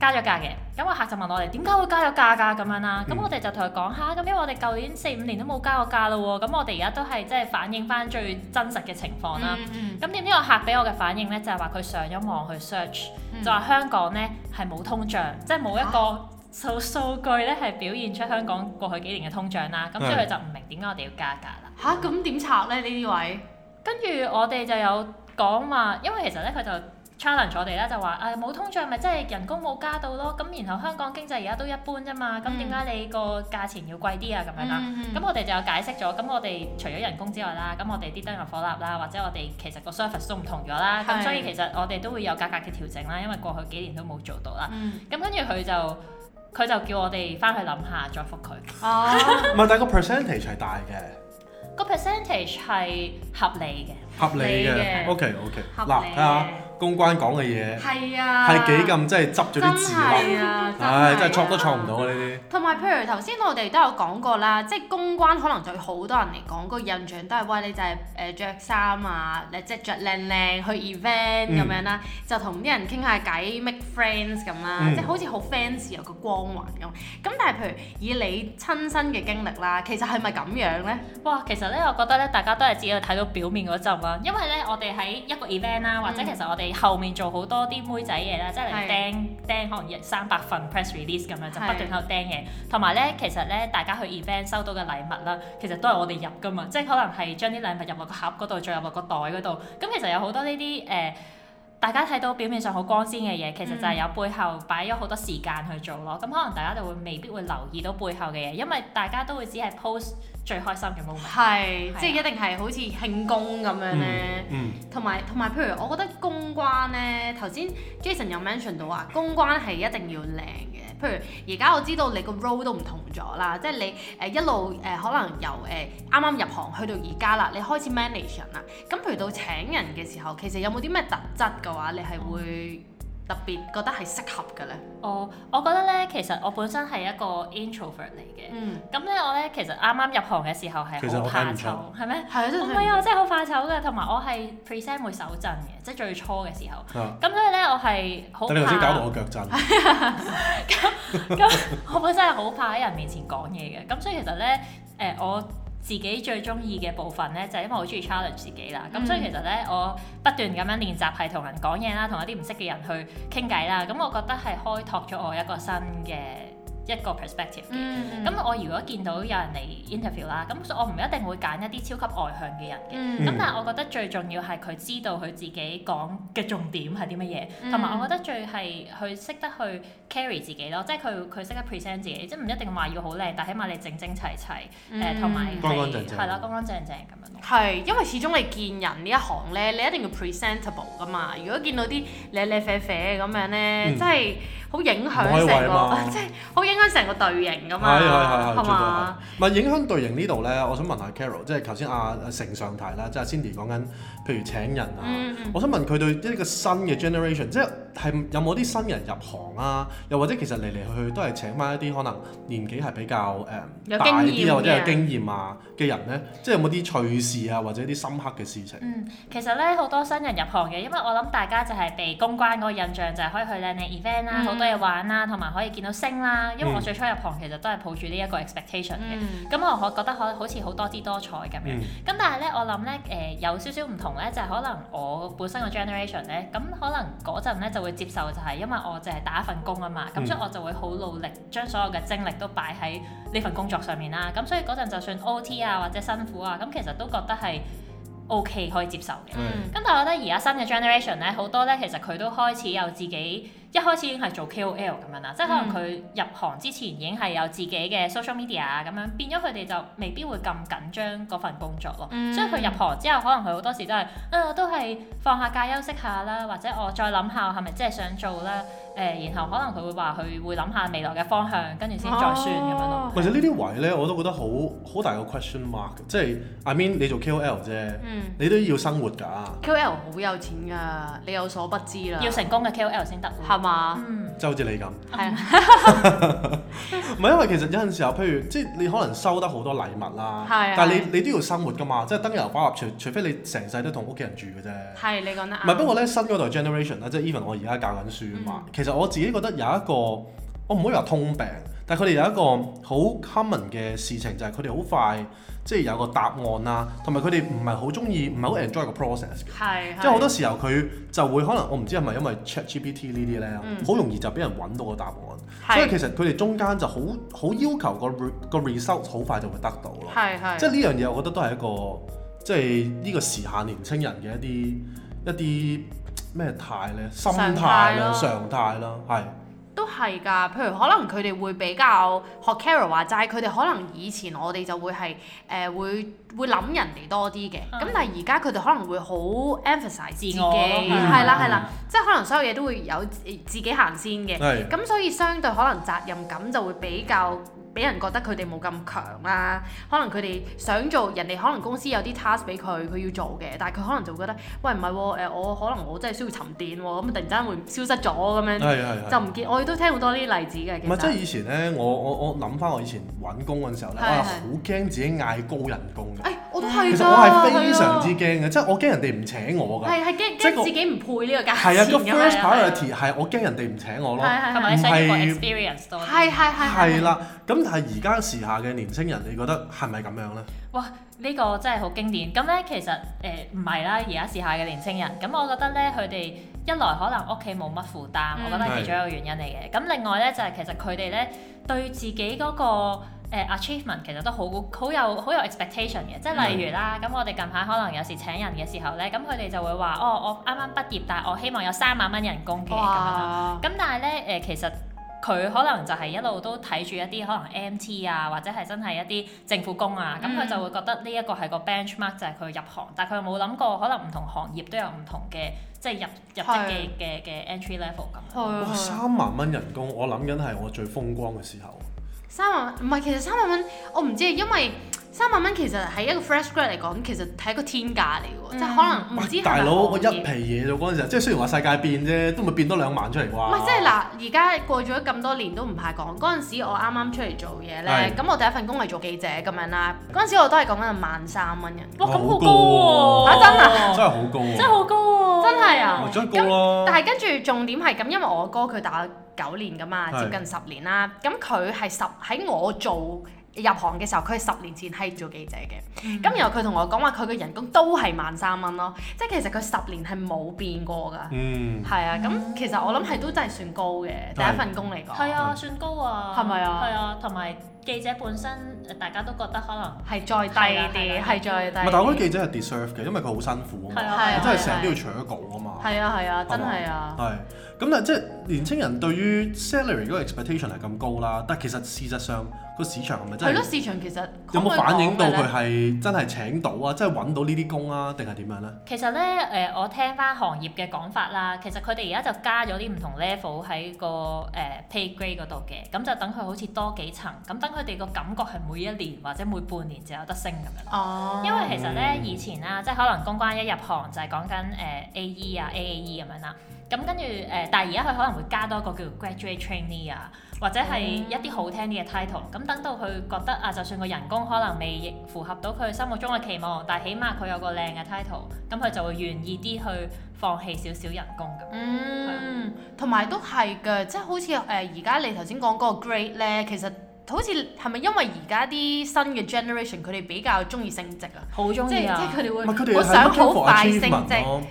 C: 加咗價嘅，咁個客就問我哋點解會加咗價㗎咁樣啦。咁、
A: 嗯
C: 我哋就同佢講吓，咁因為我哋舊年四五年都冇加過價咯喎，咁我哋而家都係即係反映翻最真實嘅情況啦。
B: 嗯
C: 咁點知個客俾我嘅反應咧，就係話佢上咗網去 search，、
B: 嗯啊
C: 就話香港咧係冇通脹，即係冇一個數數據咧係表現出香港過去幾年嘅通脹啦。咁所以佢就唔明點解我哋要加價啦。
B: 吓咁點拆咧呢啲位？
C: 跟住我哋就有講話，因為其實咧佢就 challenge 我哋啦，就話誒冇通脹咪即係人工冇加到咯，咁然後香港經濟而家都一般啫嘛，咁
B: 嗯
C: 點解你個價錢要貴啲啊咁樣啦？
A: 嗯
C: 咁、我哋就有解釋咗，咁我哋除咗人工之外啦，咁我哋啲燈油火蠟啦，或者我哋其實個 service 都唔同咗啦，咁
B: 係
C: 所以其實我哋都會有價格嘅調整啦，因為過去幾年都冇做到啦。
B: 嗯
C: 咁跟住佢就佢就叫我哋翻去諗下再覆佢。
B: 啊
A: 唔係，但係個 percentage 係大嘅，
C: 個 percentage 係合理嘅。
A: 合理
B: 合理
A: 嘅。
B: 嘅
A: OK OK，
B: 合
A: 嗱
B: 理
A: 睇下公關講嘅嘢
B: 係啊，
A: 係幾咁即係執咗
B: 真
A: 啲字
B: 係
A: 啦，
B: 啊，
A: 唉真係錯
B: 錯
A: 都錯唔到啊呢啲。
B: 同埋，譬如頭先我哋都有講過啦，即係公關可能對好多人嚟講，個印象都係喂你就係誒著衫啊，誒即係著靚靚去 event
A: 嗯
B: 咁樣啦，就同啲人傾下偈，make friends 咁啦，
A: 嗯
B: 即係好似好 fans 有個光環咁。咁但係譬如以你親身嘅經歷啦，其實係咪咁樣呢？
C: 哇，其實咧，我覺得咧，大家都係只有睇到表面嗰陣啦，因為咧，我哋喺一個 event 啦，或者
B: 嗯
C: 其實我哋後面做好多啲妹仔嘢啦，即係
B: 係
C: 例如釘釘可能一三百份 press release 咁樣，就不斷
B: 係
C: 喺度釘嘢，同埋咧，其實咧，大家去 event 收到嘅禮物啦，其實都係我哋入噶嘛，即係可能係將啲禮物入落個盒嗰度，再入落個袋嗰度，咁其實有好多呢啲誒。呃大家睇到表面上好光鮮嘅嘢，其實就
B: 嗯
C: 係有背後擺咗好多時間去做咯。咁、可能大家就會未必會留意到背後嘅嘢，因為大家都會只係 post 最開心嘅 moment。
B: 係
C: 係，啊
B: 即係一定係好似慶功咁樣呢。
A: 嗯，
B: 同埋同埋，譬如我覺得公關呢，頭先 Jason 有 mention 到話，公關係一定要靚嘅。譬如而家我知道你個 role 都唔同咗啦，即係你誒、呃一路誒、呃可能由誒啱啱入行去到而家啦，你開始 manage 人啦。咁譬如到請人嘅時候，其實有冇啲咩特質嘅話，你係會特別覺得係適合嘅呢？
C: 哦，我覺得咧，其實我本身係一個 introvert 嚟嘅。
B: 嗯，
C: 咁咧，我咧其實啱啱入行嘅時候
A: 其
C: 係
A: 實
C: 好
A: 我睇
C: 怕
A: 唔出
C: 醜，係咩？
B: 係啊，真
C: 唔
B: 係
C: 係啊，我真係好怕醜嘅，同埋我係 present 會手震嘅，即係最初嘅時候。
A: 啊，
C: 咁所以咧，我係好
A: 但你頭先搞到
B: 啊
C: 怕，
A: 我腳震，
C: 我本身係好怕喺人面前講嘢嘅。咁所以其實咧，誒、我自己最中意嘅部分咧，就係、因為我好中意 challenge 自己啦。咁、所以其實咧，我不斷咁樣練習係同人講嘢啦，同一啲唔識嘅人去傾偈啦。咁我覺得係開拓咗我一個新嘅一個 perspective 嘅。
B: 嗯
C: 咁、我如果見到有人嚟 interview 啦，咁所以我唔一定會揀一啲超級外向嘅人嘅。
B: 嗯
C: 咁、
A: 嗯
C: 但係我覺得最重要係佢知道佢自己講嘅重點係啲乜嘢，
B: 嗯
C: 同埋、我覺得最係佢識得去 carry 自己咯，即係佢佢識得 present 自己，即係唔一定話要好靚，但起碼你整整齊齊，
B: 嗯
C: 誒同埋係
A: 嗯乾乾淨淨
C: 係啦，乾乾淨淨咁樣咯。
B: 係，因為始終你見人呢一行咧，你一定要 presentable 噶嘛。如果見到啲咧咧啡啡咁樣咧，
A: 嗯
B: 真係好
A: 唔
B: 影
A: 可以
B: 響
A: 為
B: 成
A: 嘛
B: <laughs> 個，即係好影響成個隊形噶
A: 係
B: 嘛，
A: 係啊係係，絕
B: 啊係
A: 對係
B: 嘛？。
A: 唔係影響隊形呢度咧，我想問下 Carol，即係頭先阿阿成上提啦，即係阿 Cindy 講緊，譬如請人啊。
B: 嗯嗯
A: 我想問佢對一個新嘅 generation，即係係有冇啲新人入行啊？又或者其實嚟嚟去去都係請翻一啲可能年紀係比較誒、
B: 嗯有
A: 大
B: 經驗
A: 啲啊，
B: 嘅
A: 或者有經驗啊嘅人咧，即係有冇啲趣事啊，或者啲深刻嘅事情？
C: 嗯，其實咧好多新人入行嘅，因為我諗大家就係被公關嗰個印象就係可以去靚靚 event 啦，
B: 嗯
C: 好、多嘢玩啦，同埋可以見到星啦。因為我
A: 嗯
C: 最初入行其實都係抱住呢一個 expectation 嘅。
B: 嗯
C: 咁我覺得可好似好多姿多彩咁樣。咁、
A: 嗯
C: 但係咧，我諗咧誒有少少唔同咧，就係、可能我本身個 generation 咧，咁可能嗰陣咧就會接受就係因為我淨係打一份工啊嘛，咁、
A: 嗯
C: 所以我就會好努力將所有嘅精力都擺喺呢份工作上面啦。咁所以嗰陣就算 OT 啊或者辛苦啊，咁其實都覺得係 OK 可以接受嘅。
B: 嗯
C: 咁但係我覺得而家新嘅 generation 咧，好多咧其實佢都開始有自己，一開始已經係做 KOL 咁樣啦，即係可能佢入行之前已經係有自己嘅 social media 啊咁樣，變咗佢哋就未必會咁緊張嗰份工作咯。
B: 嗯
C: 所以佢入行之後，可能佢好多嗯時都係，啊我都係放下假休息下啦，或者我再諗下我係咪真係想做啦。誒、誒，然後可能佢會話佢會諗下未來嘅方向，跟住先再算咁樣咯。
B: 哦
A: 或者呢啲位咧，我都覺得好好大個 question mark，即係 I mean 你做 KOL 啫，
B: 嗯
A: 你都要生活㗎，
B: ，KOL 好有錢㗎，你有所不知啦，
C: 要成功嘅 KOL 先得喎。
B: 係嘛？
C: 嗯，
A: 即係好似你咁。
B: 係啊，
A: 唔係因為其實有陣時候，譬如即係你可能收得好多禮物啦，
B: 係啊
A: 但係你你都要生活㗎嘛，即係燈油火蠟，除除非你成世都同屋企人住嘅啫。
B: 係你講得
A: 唔係，不
B: 啱。
A: 過咧新嗰代 generation 啦，即係 even 我而家教緊書啊嘛，
B: 嗯
A: 其實我自己覺得有一個，我唔可以話通病，但係佢哋有一個好 common 嘅事情就係佢哋好快即係有個答案啦，同埋佢哋唔係好中意，唔係好 enjoy 個 process 嘅。
B: 係嗯
A: 即係好多
B: 係
A: 時候佢就會可能我唔知係咪因為 ChatGPT 呢啲咧，
B: 嗯
A: 好、容易就俾人揾到個答案，
B: 係
A: 所以其實佢哋中間就好好要求個 re- 個 result 好快就會得到咯。
B: 係係
A: 即係呢樣嘢，我覺得都係一個即係呢個時下年青人嘅一啲一啲咩態咧，心
B: 常
A: 態
B: 態
A: 啦、
B: 咯
A: 常態啦，係
B: 都係㗎，譬如可能佢哋會比較學 Carol 話齋，佢哋可能以前我哋就會係誒、呃、會會諗人哋多啲嘅，
C: 嗯
B: 咁但係而家佢哋可能會好 emphasize 自己，
C: 自我咯嗯
B: 係啦係啦，即係可能所有嘢都會有自自己行先嘅，
A: 係
B: 咁所以相對可能責任感就會比較。俾人覺得佢哋冇咁強啦，可能佢哋想做，人哋可能公司有啲 task 俾佢，佢要做嘅，但係佢可能就會覺得，喂唔係喎，誒我可能我真係需要沉澱喎，咁突然之間會消失咗咁樣，
A: 係係
B: 嗯就
A: 係。
B: 唔見，我哋都聽好多呢啲例子嘅。其
A: 唔係，即係
B: 實，
A: 以前咧，我我我諗翻我以前揾工嗰陣時候咧，我
B: 係
A: 係
B: 係
A: 好驚自己嗌高人工嘅。
B: 誒，哎我都係㗎。
A: 其實我係非常之驚嘅，即係我驚人哋唔請我
B: 係
A: 㗎。
B: 啊係係驚
A: 即係個
B: 驚自己唔配呢個
A: 係
B: 價
A: 啊，
B: 錢
A: 個
B: 咁樣
A: first priority 係我驚人哋唔請我咯。
B: 係係
C: 同
B: 係
C: 埋你想要個
A: 唔係
C: experience 多啲。
B: 係係係
A: 係啦，咁但係而家時下嘅年青人，你覺得係咪咁樣咧？
C: 呢個真係好經典。咁咧其實誒唔係啦，而家時下嘅年青人，咁我覺得咧佢哋一來可能屋企冇乜負擔，
B: 嗯
C: 我覺得係其中一個原因嚟嘅。咁另外咧就係、其實佢哋咧對自己嗰、個呃 achievement 其實都好好有好有 expectation 嘅，即係例如啦，咁我哋近排可能有時請人嘅時候咧，咁佢哋就會話：哦，我啱啱畢業，但係我希望有三萬蚊人工嘅咁樣啦。
B: 哇！
C: 咁但係咧誒，其實佢可能就係一路都睇住一啲可能 MT 啊，或者係真係一啲政府工啊，咁佢、
B: 嗯
C: 就會覺得呢一個係個 benchmark 就係佢入行，但係佢冇諗過可能唔同行業都有唔同嘅即係入入職嘅嘅嘅 entry level 咁。
B: 係啊
A: 哇！
B: 係啊
A: 三萬蚊人工，我諗緊係我最風光嘅時候。
B: 三萬蚊唔係，其實三萬蚊我唔知，因為三萬蚊其實喺一個 fresh grad 嚟講，其實係一個天價嚟嘅喎，
C: 嗯
B: 即係可能唔
A: 喂
B: 知係咪
A: 大佬，我
B: 行
A: 一皮
B: 業
A: 嘢咗嗰陣時候，即係雖然話世界變啫，都咪變多兩萬出嚟
B: 唔
A: 啩。
B: 係，即係嗱，而家過咗咁多年都唔怕講。嗰陣時我啱啱出嚟做嘢咧
A: 係，
B: 咁我第一份工係做記者咁樣啦。嗰陣時我都係講緊萬三蚊人，
C: 哇，咁
A: 好高
C: 好
A: 喎
C: 高喎！
B: 啊真啊
A: 真係好高喎！
C: 真係好高喎！
B: 真係啊
A: 咪真係高咯。
B: 但係跟住重點係咁，因為我哥佢打九年噶嘛，
A: 係
B: 接近十年啦。咁佢係十喺我做入行嘅時候，佢係十年前係做記者嘅。
A: 嗯
B: 咁、然後佢同我講話，佢嘅人工都係萬三蚊咯，即係其實佢十年係冇變過㗎。
A: 嗯，
B: 係啊，咁其實我諗係都真係算高嘅，第
A: 係
B: 一份工嚟講。
C: 係啊，算高啊！
B: 係咪啊
C: 係啊，同埋記者本身誒大家都覺得可能
B: 係啊再低啲，係再低
A: 唔
B: 啲。
A: 係，但係我覺得記者係 deserve 嘅，因為佢好辛苦啊
C: 係
A: 嘛，
C: 啊
B: 係啊
A: 真係成日都要搶稿啊嘛。
B: 係啊係啊，真係啊，
A: 係，咁但係即係年青人對於 salary 嗰個 expectation 係咁高啦，但係其實事實上個市場係咪
B: 係
A: 真
B: 咯，
A: 係
B: 市場其實
A: 有冇反映到佢
B: 係
A: 係真係請到啊，即係揾到呢啲工啊，定係點樣咧？
C: 其實咧，誒、我聽翻行業嘅講法啦，其實佢哋而家就加咗啲唔同 level 喺個誒、呃 pay grade 嗰度嘅，咁就等佢好似多幾層，咁等佢哋個感覺係每一年或者每半年就有得升咁樣。
B: 哦，
C: 因為其實咧
A: 嗯
C: 以前啊啦，即係可能公關一入行就係講緊誒 A.E. 啊 A.A.E. 咁樣啦，咁跟住誒，但係而家佢可能會加多一個叫 graduate trainee 啊，或者係一啲好聽啲嘅 title，咁等到佢覺得啊，就算個人工可能未符合到佢心目中嘅期望，但係起碼佢有個靚嘅 title，咁佢就會願意啲去放棄少少人工咁。
B: 嗯，同埋都係嘅，即係好似誒呃而家你頭先講嗰個 grade 咧，其實好似係咪因為而家啲新嘅 generation 佢哋比較中意升職啊？
C: 好中
B: 即
C: 意
B: 係即係
C: 啊！
B: 佢哋
A: 唔係佢
B: 會
A: 哋
B: 我
A: 係
B: 想
A: looking for
B: 好快升
A: achievement 啊
B: 職
A: 咯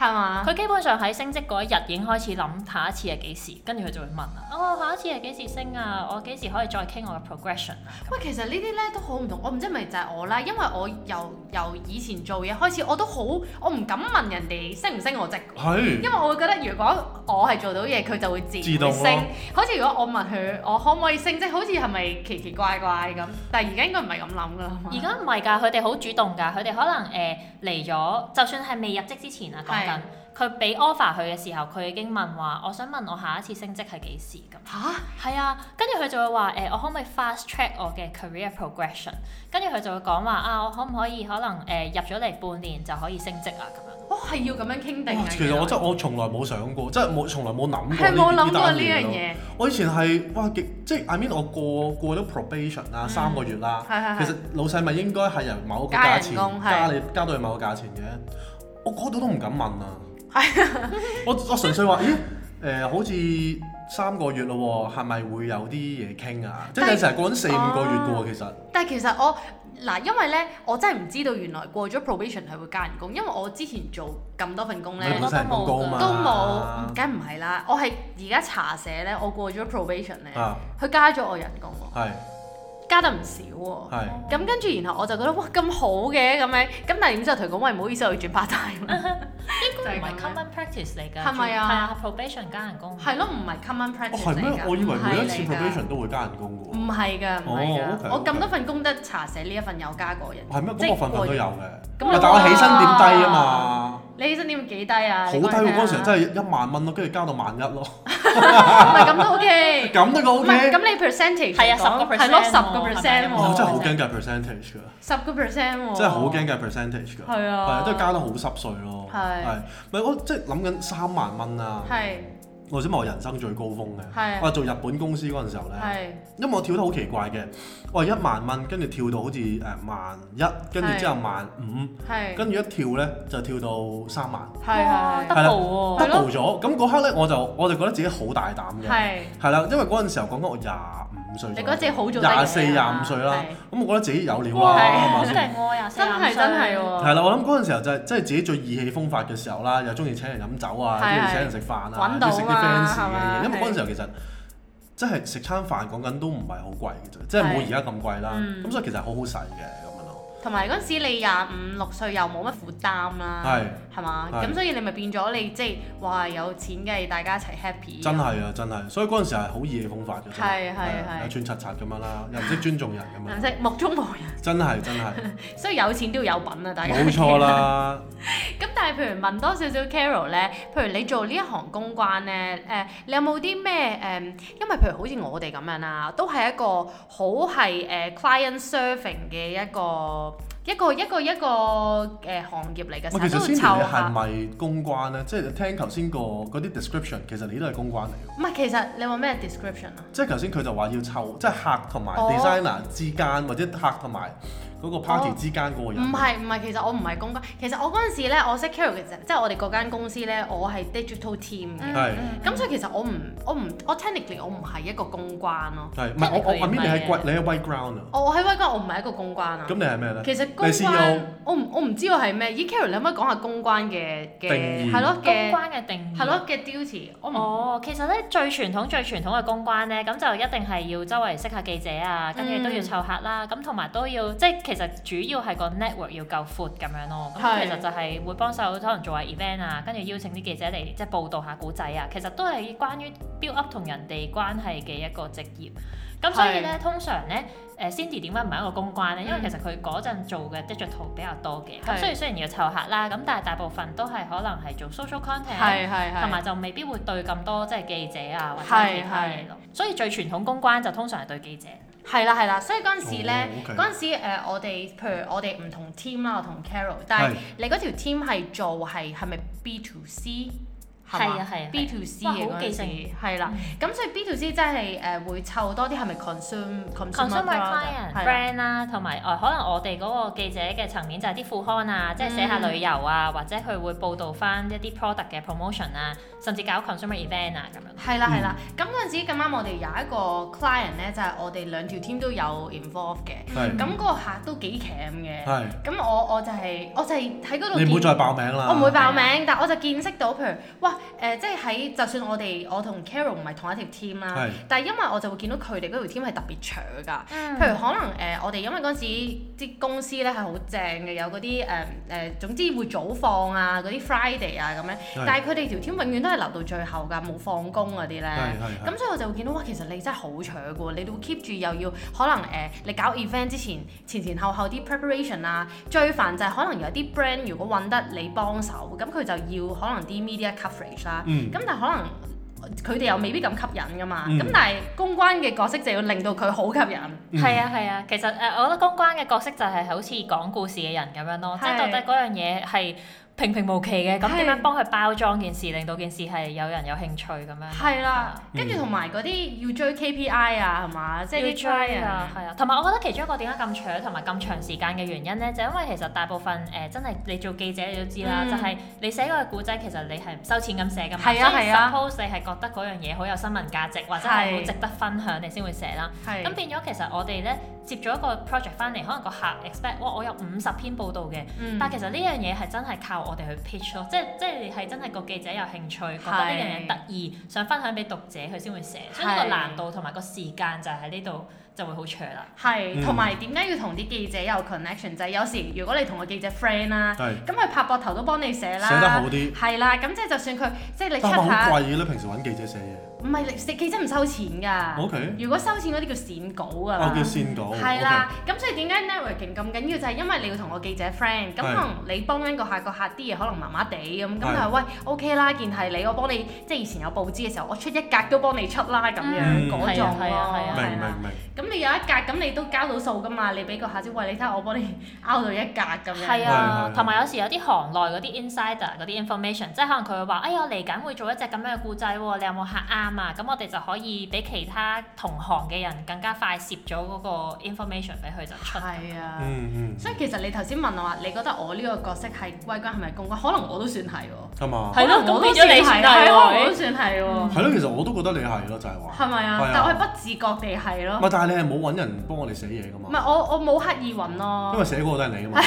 B: 係嘛？
C: 佢基本上喺升職嗰一日已經開始諗下一次係幾時，跟住佢就會問啊，哦，下一次係幾時升啊？我幾時可以再傾我嘅 progression 啊？
B: 喂，其實呢啲咧都好唔同，我唔知係咪就係我啦，因為我由由以前做嘢開始，我都好，我唔敢問人哋升唔升我職㗎。
A: 係
B: 因為我會覺得，如果我係做到嘢，佢就會自
A: 自動
B: 動
A: 咯
B: 會升。好似如果我問佢，我可唔可以升，即係好似係咪奇奇怪怪咁？但係而家應該唔係咁諗噶啦嘛。
C: 呃而家唔係㗎，佢哋好主動㗎，佢哋可能誒嚟咗，就算係未入職之前啊，講緊緊，佢俾 offer 佢嘅時候，佢已經問話，我想問我下一次升職係幾時咁。
B: 嚇，
C: 係啊，跟住佢就會話誒、呃我可唔可以 fast track 我嘅 career progression？跟住佢就會講話啊，我可唔可以可能誒、呃入咗嚟半年就可以升職啊咁樣。
B: 哦係要咁樣傾定
A: 哇
B: 嘅。
A: 其實我真係我從來冇想過，真係冇從來冇諗過
B: 係冇諗過
A: 單
B: 呢
A: 嘢
B: 樣
A: 咯。
B: 嘢，
A: 我以前係哇極即係 I mean 我過過咗 probation
B: 嗯
A: 啦，三個月啦，
B: 係係
A: 其
B: 係
A: 實。老細咪應該係由某個價錢
B: 啊加人工係
A: 加你加到去某個價錢嘅，我嗰度都唔敢問啊！
B: <laughs>
A: 我我純粹話，咦誒、好似三個月咯喎，係咪會有啲嘢傾啊？即係
B: 但係哦
A: 你成日過緊四五個月嘅喎，其實
B: 但係其實我嗱，因為咧，我真係唔知道原來過咗 probation 係會加人工，因為我之前做咁多份工
A: 你啊
B: 咧
A: 本身人工高嘛，
B: 都冇，梗唔係啦。我係而家查社咧，我過咗 probation 咧，
A: 啊，
B: 佢加咗我人工喎，
A: 係
B: 加得唔少喎。
A: 係。
B: 咁跟住然後我就覺得哇咁好嘅咁樣，咁但係點知我同佢講喂唔好意思，我要轉 part time 啦。
C: <laughs> 應該唔
B: 就係
C: 係
B: 咁
C: common practice 嚟㗎，
B: 係咪啊
C: 係啊，probation 加人工。
B: 係咯，唔係 common
A: 哦
B: practice
A: 係
B: 嚟
A: 咩
B: 㗎。？
A: 我以為每一次
B: 唔係嚟㗎嗯
A: probation 都會加人工嘅
B: 唔係㗎，唔係
A: 哦
B: 㗎。
A: ，OK，OK
B: 我咁多份工得查社呢一份有加過人
A: 喎，係咩？
B: 即
A: 咁
B: 係
A: 我份份都有嘅，
B: 過
A: 但我起薪點低啊嘛，
B: 你起薪點幾低啊？
A: 好
B: 好
A: 低喎！嗰陣時
B: 係
A: 真係一萬蚊咯，跟住加到萬一咯，
B: 唔係咁都 OK。
A: 咁都 <laughs>
B: 唔
A: OK
B: 係。咁你 percentage
C: 係啊
B: 嚟講
C: 10%
B: 係咯，十個
C: 喎
B: percent
C: 係咪
A: 我真係
B: 喎，
A: 好驚計 percentage 㗎，
B: 十個 percent 喎，
A: 真係好驚計 percentage 㗎，
B: 哦係
A: 係
B: 啊，
A: 啊，都係加得好濕碎咯，
B: 係
A: 係，唔係我即係諗緊三萬蚊啊！
B: 係
A: 我先話我人生最高峰嘅，
B: 係
A: 我做日本公司嗰陣時候咧，
B: 係
A: 因為我跳得好奇怪嘅，我係一萬蚊，跟住跳到好似誒萬一，跟住之後萬五，
B: 係係
A: 跟住一跳咧就跳到三萬
B: 係
A: 得係啦
C: double 喎，
A: ，double 咗。咁嗰刻咧我就我就覺得自己好大膽嘅，
B: 係，
A: 係啦，因為嗰陣時候講緊我廿五歲
B: 你
A: 左
B: 覺
A: 右，
B: 得自己好做得
A: 廿四
B: 嘢啊
A: 廿五歲啦，
B: 係
A: 咁我覺得自己有料
C: 哇
A: 啦，係咪
B: 係
A: 先？
C: 真係啊我呀，
B: 真係真係
A: 係
B: 喎，
A: 啦，我諗嗰陣時候就係即係自己最意氣風發嘅時候啦，又中意請人飲酒啊，
B: 係
A: 中意
B: 係
A: 請人食飯啊，
B: 搵
A: 中
B: 到
A: 意食啲
B: 嘛
A: fans
B: 係
A: 嘅嘢。
B: 嘛
A: 因為
B: 係
A: 嗰陣時候其實即係食餐飯講緊都唔係好貴嘅啫，即係冇
B: 係
A: 而家咁貴啦。
B: 嗯
A: 咁所以其實好好使嘅咁樣咯。
B: 同埋嗰陣時你廿五六歲又冇乜負擔啦，
A: 係
B: 係嘛？
A: 係
B: 咁所以你咪變咗你即係話有錢嘅，大家一齊 happy，
A: 真係啊，真係。所以嗰陣時係好意氣風發嘅，真
B: 係係係嗯
A: 有穿刷刷咁樣啦，又唔識尊重人咁
B: 唔
A: 樣，
B: 識目中無人， <laughs>
A: 真係真係
B: 所以有錢都要有品啊，大家
A: 冇錯啦。
B: <laughs> 咁但係譬如問多少少 Carol 咧，譬如你做呢一行公關咧，誒、你有冇啲咩誒？嗯因為譬如好似我哋咁樣啦，都係一個好係誒、client serving 嘅一個一個一個一個誒、行業嚟嘅，
A: 唔
B: 成日
A: 其
B: 都
A: 實
B: 會
A: 先
B: 湊
A: 你係
B: 下。
A: 咪公關咧？即係聽頭先個嗰啲 description，其實你都係公關嚟嘅。
B: 唔係，其實你話咩 description 啊？
A: 即係頭先佢就話要湊，即係客同埋
B: 哦
A: designer 之間，或者客同埋嗰個 party 之間嗰個人。
B: 唔係唔係，其實我唔係公關，其實我嗰陣時咧，我識 Carol 嘅時候，即係我哋嗰間公司咧，我係 digital team 嘅。
A: 係
B: 咁、所以其實我唔我唔我 technically 我唔係一個公關咯，
A: 係，唔係我我
C: 即係佢
A: I mean 你係
C: 唔係
A: 貴，你係 white ground 啊。
B: 我我喺威哥我唔係一個公關啊
A: 咁。你係咩咧？
B: 其實公
A: 你係 E CEO
B: 關，我唔我唔知道係咩。咦，Carol，你可唔可以講下公關嘅
A: 定義
B: 嘅係咯
C: 公
B: 嘅
C: 關嘅定義
B: 係。咯嘅 duty？我唔
C: 哦，其實咧最傳統最傳統嘅公關咧，咁就一定係要周圍識下記者啊，
B: 嗯
C: 跟住都要湊客啦，咁同埋都要即係其實主要係個 network 要夠闊咁樣咯。咁
B: 係
C: 其實就係會幫手可能做下 event 啊，跟住邀請啲記者嚟即係報導下古仔啊。其實都係關於 build up 同人哋關係嘅一個職業。咁所以咧，通常咧。誒 Cindy 點解唔係一個公關咧？因為
B: 嗯
C: 其實佢嗰陣做嘅 digital 比較多嘅，咁
B: 係
C: 所以雖然要湊客啦，咁但係大部分都係可能係做 social content 啊
B: 係係
C: 同
B: 係
C: 埋就未必會對咁多即係記者啊或者其他嘢咯。所以最傳統公關就通常係對記者。
B: 係啦係啦，所以嗰陣時咧。
A: 哦，OK，
B: 嗰陣時，誒我哋譬如我哋唔同 team 啦，我同 Carol，但係你嗰條 team 係做係係咪 B to C 係
C: 係
B: 嘛
C: 啊係啊。
B: ？B to C
C: 哇
B: 嘅
C: 好
B: 嗰
C: 記
B: 陣
C: 性嗯
B: 時係啦，咁所以 B to C 真係誒會湊多啲係咪 consume consumer
C: 啊 consumer
B: product？
C: client
B: 係啦
C: brand 啦，同埋誒可能我哋嗰個記者嘅層面就係啲副刊啊，即係寫下旅遊啊，或者佢會報導翻一啲 product 嘅 promotion 啊，甚至搞 consumer event 啊咁樣。
B: 係啦係啦，
A: 嗯
B: 咁嗰陣時咁啱我哋有一個 client 咧，就係我哋兩條 team 都有 involve 嘅，
C: 嗯
A: 係
B: 咁嗰個客都幾鉗嘅。
A: 係，
B: 咁我我就係、我就係喺嗰度
A: 你唔好
B: 見，
A: 再爆名啦。
B: 我唔會爆名，但我就見識到譬如哇誒、即係喺就算我哋我同 Carol 唔係同一條 team 啦，
A: 係
B: 但係因為我就會見到佢哋嗰條 team 係特別搶㗎。
C: 嗯
B: 譬如可能誒、呃我哋因為嗰陣時啲公司咧係好正嘅，有嗰啲誒誒，總之會早放啊，嗰啲 Friday 啊咁樣。但係佢哋條 team 永遠都係留到最後㗎，冇放工嗰啲咧。
A: 係係
B: 咁所以我就會見到哇，其實你真係好搶嘅喎，你會 keep 住又要可能誒、呃你搞 event 之前前前後後啲 preparation 啊，最煩就係可能有啲 brand 如果揾得你幫手，咁佢就要可能啲 media coverage 啦，
A: 嗯
B: 咁、但係可能。佢哋又未必咁吸引噶嘛，
A: 嗯
B: 咁、但係公關嘅角色就要令到佢好吸引，
A: 嗯
C: 係啊係啊，其實誒、呃我覺得公關嘅角色就係好似講故事嘅人咁樣咯，即係
B: 係
C: 到底嗰樣嘢係平平無奇嘅，咁點樣幫佢包裝件事，令到件事係有人有興趣咁樣。
B: 係
C: 啊
B: 啦，
A: 嗯
B: 跟住同埋嗰啲要追 KPI 啊，係嘛，即係啲 client
C: 啊，係啊，同埋我覺得其中一個點解咁長同埋咁長時間嘅原因咧，就因為其實大部分誒、呃真係你做記者你都知啦，
B: 嗯
C: 就係你寫嗰個故仔其實你係唔收錢咁寫噶嘛，
B: 係啊
C: 所以
B: 係啊
C: suppose 你係覺得嗰樣嘢好有新聞價值或者係好
B: 係
C: 值得分享，你先會寫啦。
B: 係
C: 咁變咗其實我哋咧接咗一個 project 翻嚟，可能個客 expect 哇我有五十篇報道嘅，
B: 嗯
C: 但其實呢樣嘢係真係靠我哋去 pitch 咯，即係即係係真係個記者有興趣，覺得呢樣嘢得意，想分享俾讀者佢先會寫，所以呢個
B: 係
C: 難度同埋個時間就喺呢度就會好長啦。
A: 嗯
B: 係，同埋點解要同啲記者有 connection？就係有時如果你同個記者 friend 啦，
A: 係
B: 咁佢拍膊頭都幫你寫啦，
A: 寫得好啲，
B: 係啦，咁即係就算佢即係
A: 但
B: 你出
A: 係咪好
B: 下，
A: 貴嘅咧？平時揾記者寫嘢
B: 唔係你食記者唔收錢㗎。
A: ，OK，
B: 如果收錢嗰啲叫鱔稿啊㗎
A: 我哦
B: 啦
A: 叫。線稿，
B: 係啦，咁所以點解 networking 咁緊要就係因為你要同個記者 friend，咁
A: 係
B: 可能你幫緊個客，個客啲嘢可能麻麻地咁，咁
A: 係
B: 但係喂 OK 啦，件係你我幫你，即係以前有報紙嘅時候，我出一格都幫你出啦咁樣
A: 嗯
B: 嗰種
C: 係啊係啊
B: 咯，
A: OK，明
B: 係啦
A: 明明，
B: 咁你有一格，咁你都交到數噶嘛？你俾個客知，喂，你睇下我幫你拗到一格咁樣。
C: 係
A: 係
C: 啊
A: 係，係
C: 同埋有時有啲行內嗰啲 insider 嗰啲 information，即係可能佢會話：哎呀，我嚟緊會做一隻咁樣嘅故仔喎，你有冇客啱啊？咁我哋就可以俾其他同行嘅人更加快攝咗嗰個 information 俾佢就出。
B: 係啊。
A: 嗯嗯，
B: 所以其實你頭先問我話，你覺得我呢個角色係歸關係咪公關？可能我都算係喎。
A: 係嘛，
C: 係咯
B: 可能我都
C: 咁變咗你算
B: 係，
C: 係喎
B: 係啊我都算係喎。
A: 係咯，其實我都覺得你係咯，就係話，
B: 係咪
A: 係
B: 啊
A: 啊？
B: 但我係不自覺地係
A: 唔係
B: 咯。
A: 但係你係冇揾人幫我哋寫嘢噶
B: 唔
A: 嘛，
B: 係我我冇刻意揾
C: <laughs>
A: 因
B: 咯，
A: 為寫嗰個都係你啊嘛，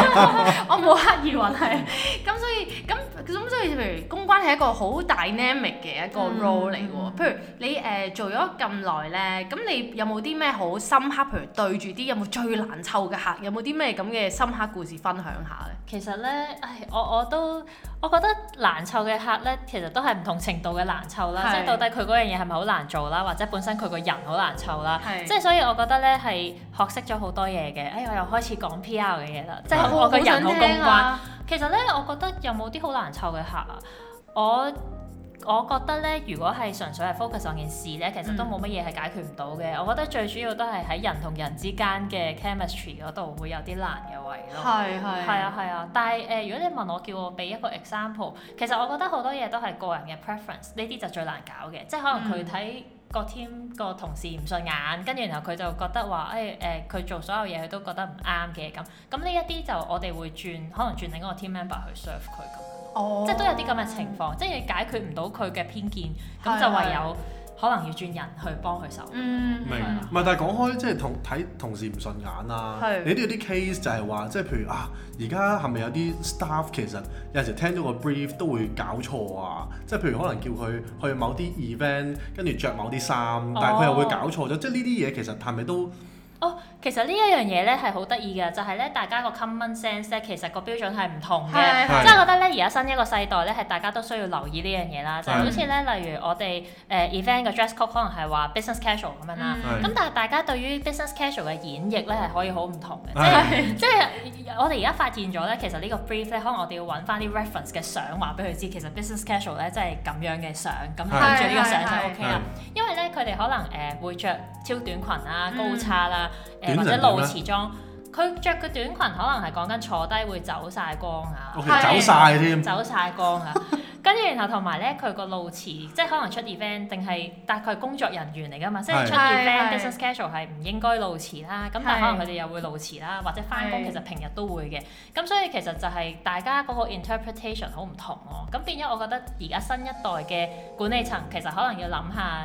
B: 我冇刻意揾係。咁所以咁咁所以譬如公關係一個好 dynamic 嘅一個
C: 嗯
B: role 嚟喎。譬如你誒做咗咁耐咧，咁你有冇啲咩好深刻？譬如對住啲有冇最難湊嘅客，有冇啲咩咁嘅深刻故事分享下咧？
C: 其實咧，唉，我我都我覺得難湊嘅客咧，其實都係唔同程度嘅難湊啦，
B: 係
C: 即係到底佢嗰樣嘢係咪好難做啦，或者本身佢個人好難湊啦。
B: 係
C: 即係所以我覺得咧係學識咗好多嘢嘅，哎我又開始講 P.R. 嘅嘢啦，即係我個人好公啊關。其實咧，我覺得有冇啲好難湊嘅客啊？我我覺得咧，如果係純粹係 focus on 件事咧，其實都冇乜嘢係解決唔到嘅。我覺得最主要都係喺人同人之間嘅 chemistry 嗰度會有啲難嘅位咯。
B: 係係
C: 係啊係啊，但係誒、如果你問我叫我俾一個 example，其實我覺得好多嘢都係個人嘅 preference，呢啲就最難搞嘅，即係可能
B: 嗯
C: 佢睇個 team 個同事唔順眼，跟住然後佢就覺得話誒誒，佢、做所有嘢佢都覺得唔啱嘅咁，咁呢一啲就我哋會轉，可能轉另一個 team member 去 serve 佢咁樣咯，
B: 哦
C: 即係都有啲咁嘅情況，即係你解決唔到佢嘅偏見，咁
B: 係
C: 就唯有可能要轉人去幫佢手。
B: 嗯
A: 明，唔係但係講開即係同睇同事唔順眼啊
B: 係，
A: 你都有啲 case 就係話即係譬如啊，而家係咪有啲 staff 其實有陣時聽到個 brief 都會搞錯啊，即係譬如可能叫佢去某啲 event 跟住着某啲衫，但係佢又
B: 哦
A: 會搞錯咗，即係呢啲嘢其實係咪都
C: 哦，其實呢一樣嘢咧係好得意嘅，就係、咧大家個 common sense 咧，其實個標準係唔同嘅。
B: 係
A: 係
B: 係
C: 即係我覺得咧，而家新一個世代咧，係大家都需要留意呢樣嘢啦。就係
A: 係
C: 好似咧，例如我哋誒、event 呃嘅 dress code 可能係話 business casual 咁樣啦。
A: 係
B: 嗯
C: 咁、但係大家對於 business casual 嘅演繹咧係可以好唔同嘅，即係
A: 係
C: 即係我哋而家發現咗咧，其實呢個 brief 咧，可能我哋要揾翻啲 reference 嘅相話俾佢知，其實 business casual 咧即係咁樣嘅相，咁
A: 係
C: 跟住呢個相就
B: 係
C: OK 啦。因為咧佢哋可能誒、會着超短裙啦、高叉啦、誒、
A: 嗯
C: 或者
A: 短裙點
C: 露
A: 咧
C: 臍裝，佢着嘅短裙可能係講緊坐低會走晒光啊。
A: OK
B: 係
A: 走晒添？
C: 走晒光啊！跟住然後同埋咧，佢個路池即係可能出 event 定係，但係佢係工作人員嚟噶嘛，即係
A: 係
C: 出 event
B: 係係
C: business casual 係唔應該路池啦。咁但係可能佢哋又會路池啦，或者翻工
B: 係
C: 其實平日都會嘅。咁所以其實就係大家嗰個 interpretation 好唔同咯。咁變咗我覺得而家新一代嘅管理層其實可能要諗下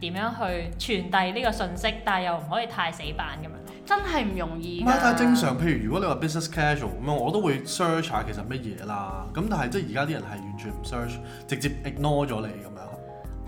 C: 點樣去傳遞呢個信息，但係又唔可以太死板咁樣咯。
B: 真係唔容易
A: 唔
B: 㗎。
A: 係，但係正常。譬如如果你話 business casual 咁樣，我都會 search 下其實乜嘢啦。咁但係即係而家啲人係完全唔 search，直接 ignore 咗你咁樣。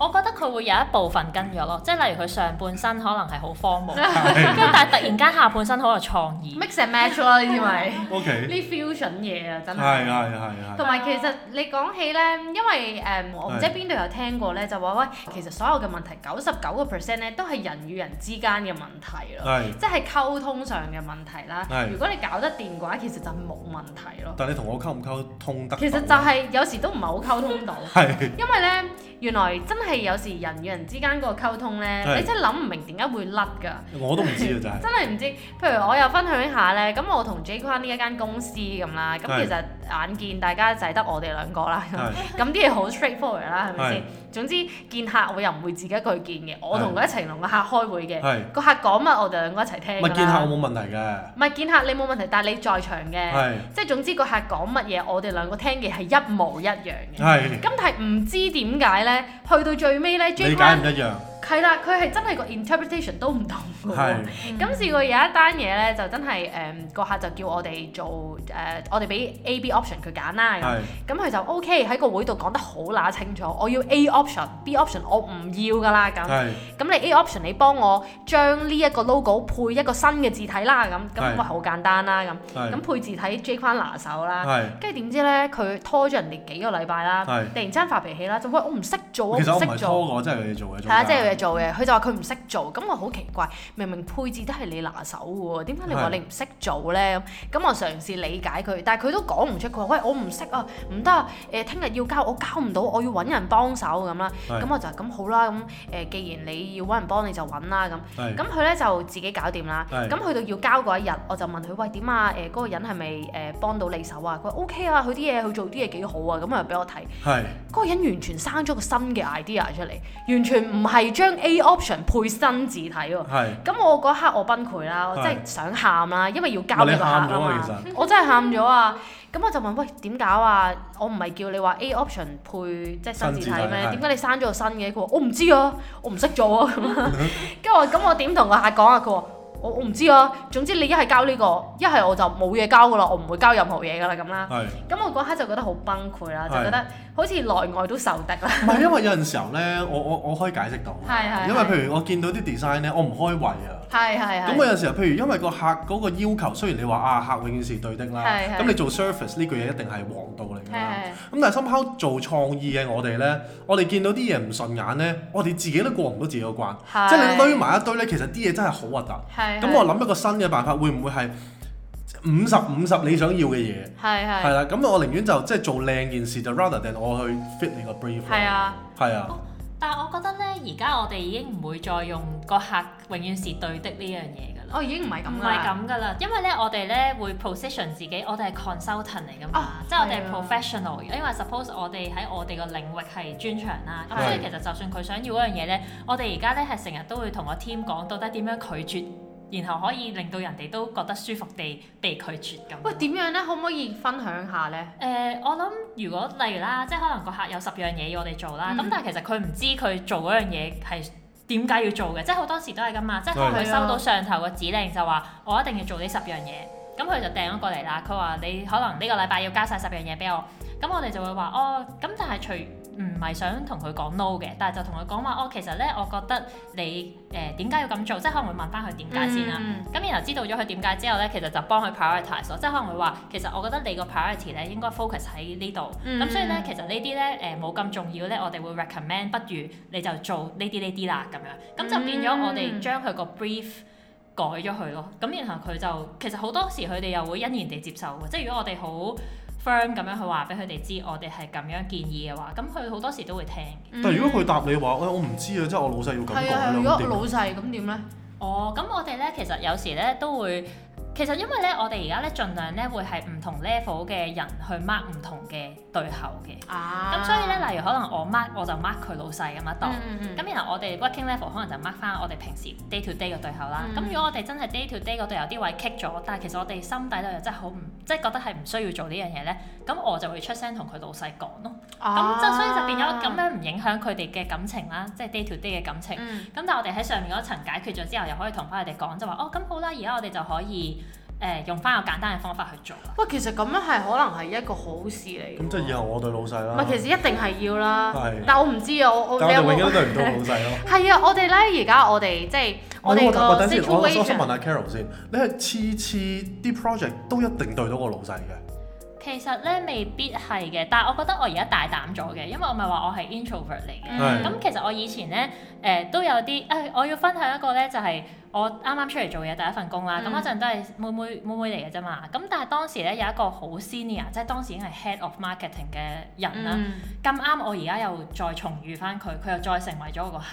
C: 我覺得佢會有一部分跟咗咯，即係例如佢上半身可能係好荒謬，
A: <laughs>
C: 跟住但係突然間下半身好有創意。
B: mix and match 咯，呢啲咪
A: O
B: 呢
A: K，
B: fusion 嘢啊，
A: 係
B: 真係。
A: 係係係
B: 同埋其實你講起咧，因為誒、我唔知邊度有聽過咧，就話喂，其實所有嘅問題九十九個 percent 咧都係人與人之間嘅問題咯，
A: 係。
B: 即係溝通上嘅問題啦
A: 係。
B: 如果你搞得掂嘅話，其實就冇問題咯。
A: 但係你同我溝唔溝通得到？啊
B: 其實就係有時都唔係好溝通到，
A: 係
B: 因為咧原來真係有時人與人之間嗰個溝通咧，
A: 係
B: 你真係諗唔明點解會甩㗎。
A: 我都唔知啊，真係
B: 真係唔知，譬如我又分享一下咧，咁我同 J Kwan 呢一間公司咁啦，咁
A: 係
B: 其實眼見大家就係得我哋兩個啦，
A: <laughs> 係
B: 咁啲嘢好 straightforward 啦，係咪
A: 係
B: 先？總之見客我又唔會自己一個去見嘅，我同佢一齊同個客開會嘅，
A: 係。
B: 個客講乜我哋兩個一齊聽
A: 咪
B: 㗎
A: 見客
B: 啦。
A: 我冇問題嘅，
B: 唔係見客你冇問題，但係你在場嘅，
A: 係
B: 即係總之個客講乜嘢，我哋兩個聽嘅係一模一樣嘅。
A: 係
B: 咁但係唔知點解咧，去到最尾咧，J
A: 理解唔
B: Kwan
A: 一樣，
B: 係啦，佢係真係個 interpretation 都唔同㗎喎
A: 係
B: 咁試過有一單嘢咧，就真係誒個客就叫我哋做誒、我哋俾 A、B option 佢揀啦。咁
A: 係
B: 咁佢就 O K 喺個會度講得好乸清楚，我要 A option、B option 我唔要㗎啦咁。
A: 係
B: 咁你 A option 你幫我將呢一個 logo 配一個新嘅字體啦咁，咁
A: 係
B: 喂好簡單啦咁。咁
A: 係
B: 配字體 J 翻拿手啦，
A: 係。
B: 跟住點知咧佢拖咗人哋幾個禮拜啦，
A: 係
B: 突然之間發脾氣啦，就喂我唔識做，我唔
A: 其啊實我唔
B: 識
A: 係
B: 做。
A: 拖過，真係有嘢做嘅。
B: 係啊，即係有嘢做嘅。佢就話佢唔識做，咁我好奇怪，明明配置都係你拿手嘅喎，點解你話
A: 係
B: 你唔識做咧？咁我嘗試理解佢，但係佢都講唔出。佢話：喂，我唔識啊，唔得啊，誒，聽日要交，我交唔到，我要揾人幫手咁啦。
A: 係
B: 咁我就話咁好啦，咁誒，既然你要揾人幫，你就揾啦咁。
A: 係
B: 咁佢咧就自己搞掂啦。
A: 係
B: 咁去到要交嗰一日，我就問佢：喂，點啊？誒、嗰、個人係咪誒幫到你手啊？佢話 O K 啊，佢啲嘢佢做啲嘢幾好啊，咁啊俾我睇。
A: 係
B: 嗰個人完全生咗個新嘅 idea 出嚟，完全唔係將 A option 配新字體喎。
A: 係。
B: 咁我嗰刻我崩潰啦，我
A: 係
B: 真係想喊啦，因為要交
A: 唔係
B: 俾
A: 你
B: 個客啊
A: 喊咗啊，
B: 嘛
A: 其。實
B: 我真係喊咗啊！咁我就問：喂，點搞啊？我唔係叫你話 A option 配即係新字
A: 新
B: 體
A: 字體
B: 咩？
A: 係
B: 點解你生咗個新嘅？佢話：我唔知啊，我唔識做啊咁
A: <laughs>
B: 啊。跟住我咁我點同個客講啊？佢話：我我唔知啊。總之你一係交呢個，一係我就冇嘢交噶啦，我唔會交任何嘢噶啦咁啦。
A: 係。
B: 咁我嗰刻就覺得好崩潰啦，就
A: 係
B: 覺得好似內外都受敵啦。
A: 唔係因為有陣時候咧，我我我可以解釋到。
B: 係係
A: 因為
B: 係
A: 譬如我見到啲 design 咧，我唔開胃啊。
B: 係係
A: 咁我有陣時候，譬如因為個客嗰個要求，雖然你話啊客永遠是對的啦，
B: 係係
A: 咁你做 service 呢句嘢一定係王道嚟㗎啦。
B: 係
A: 咁但係 somehow 做創意嘅我哋咧，我哋見到啲嘢唔順眼咧，我哋自己都過唔到自己個關，
B: 啊係
A: 即係你堆埋一堆咧，其實啲嘢真係好核突。
B: 係
A: 咁我諗一個新嘅辦法，會唔會係五十五十你想要嘅嘢？
B: 係
A: 係
B: 係
A: 啦，咁我寧願就即係做靚件事，就 rather than 我去 fit 你個 brief。
B: 係，啊
A: 係啊，
C: 但係我覺得咧，而家我哋已經唔會再用個客永遠是對的呢樣嘢㗎啦。
B: 我已經唔哦係咁
C: 唔
B: 㗎
C: 係
B: 啦
C: 咁㗎啦，因為咧我哋咧會 position 自己，我哋係 consultant 嚟㗎嘛，
B: 啊
C: 即係我哋係
B: 係
C: professional 嘅。因為 suppose 我哋喺我哋個領域係專長啦，咁
A: 係
C: 所以其實就算佢想要嗰樣嘢咧，我哋而家咧係成日都會同個 team 講到底點樣拒絕，然後可以令到人哋都覺得舒服地被拒絕咁。
B: 喂，點樣咧？可唔可以分享下咧？
C: 誒、我諗如果例如啦，即係可能個客有十樣嘢要我哋做啦，咁、
B: 嗯
C: 但係其實佢唔知佢做嗰樣嘢係點解要做嘅，即係好多時都係咁嘛，即係
A: 係
C: 佢收到上頭個指令就話我一定要做呢十樣嘢，咁佢就掟咗過嚟啦，佢話你可能呢個禮拜要交晒十樣嘢俾我，咁我哋就會話哦，咁但係除唔係想同佢講 no 嘅，但係就同佢講話哦，其實咧我覺得你誒點解要咁做，即係可能會問翻佢點解先啦。
B: 嗯
C: 咁然後知道咗佢點解之後咧，其實就幫佢 prioritize 咯，即係可能會話其實我覺得你個 priority 咧應該 focus 喺呢度，咁、
B: 嗯
C: 所以咧其實呢啲咧誒冇咁重要咧，我哋會 recommend 不如你就做呢啲呢啲啦咁樣，咁就變咗我哋將佢個 brief 改咗佢咯，咁然後佢就其實好多時佢哋又會欣然地接受嘅，即係如果我哋好 firm 咁樣去話俾佢哋知，我哋係咁樣建議嘅話，咁佢好多時都會聽。
B: 嗯
A: 但係如果佢答你話，喂我唔知啊，即係我老細要咁
B: 係啊係啊，
A: 講
B: 如果
A: 啦，
B: 我
A: 咁點
B: 老細咁點咧？
C: 哦，咁我哋咧其實有時咧都會，其實因為咧我哋而家咧盡量咧會係唔同 level 嘅人去 mark 唔同嘅對口嘅。
B: 啊，
C: 咁所以咧，例如可能我 mark 我就 mark 佢老細咁樣當。
B: 嗯，嗯嗯
C: 咁然後我哋 working level 可能就 mark 翻我哋平時 day to day 嘅對口啦。
B: 嗯
C: 咁、如果我哋真係 day to day 嗰度有啲位棘咗，但係其實我哋心底度又真係好唔，即係覺得係唔需要做呢樣嘢咧，咁我就會出聲同佢老細講咯。
B: 啊
C: 咁即係所以就變咗咁，樣唔影響佢哋嘅感情啦，即係 day to day 嘅感情。咁、
B: 嗯
C: 但係我哋喺上面嗰層解決咗之後，又可以同翻佢哋講就話哦，咁好啦，而家我哋就可以誒、呃用翻個簡單嘅方法去做啦。
B: 喂，其實咁樣係可能係一個好事嚟嘅
A: 咁即係以
B: 喎。
A: 後我對老細
B: 唔
A: 啦。
B: 係，其實一定係要啦
A: 係，
B: 但我唔知啊，我我
A: 但
B: 你有
A: 係我哋永遠都
B: 冇？
A: 對唔到老細咯。
B: 係啊，我哋咧而家我哋即係我哋
A: 喂
B: 個
A: 等先，我我想問
B: situation
A: 下 Carol 先，你係次次啲 project 都一定對到個老細嘅，
C: 其實咧未必係嘅，但係我覺得我而家大膽咗嘅，因為我咪話我係 introvert 嚟嘅。
B: 嗯
A: 係
C: 嗯咁其實我以前咧誒、呃都有啲誒、哎我要分享一個咧，就係、我啱啱出嚟做嘢第一份工啦。咁
B: 嗯
C: 嗰陣都係妹妹妹妹嚟嘅啫嘛。咁但係當時咧有一個好 senior，即係當時已經係 head of marketing 嘅人啦。
B: 嗯
C: 咁啱我而家又再重遇翻佢，佢又再成為咗我個客。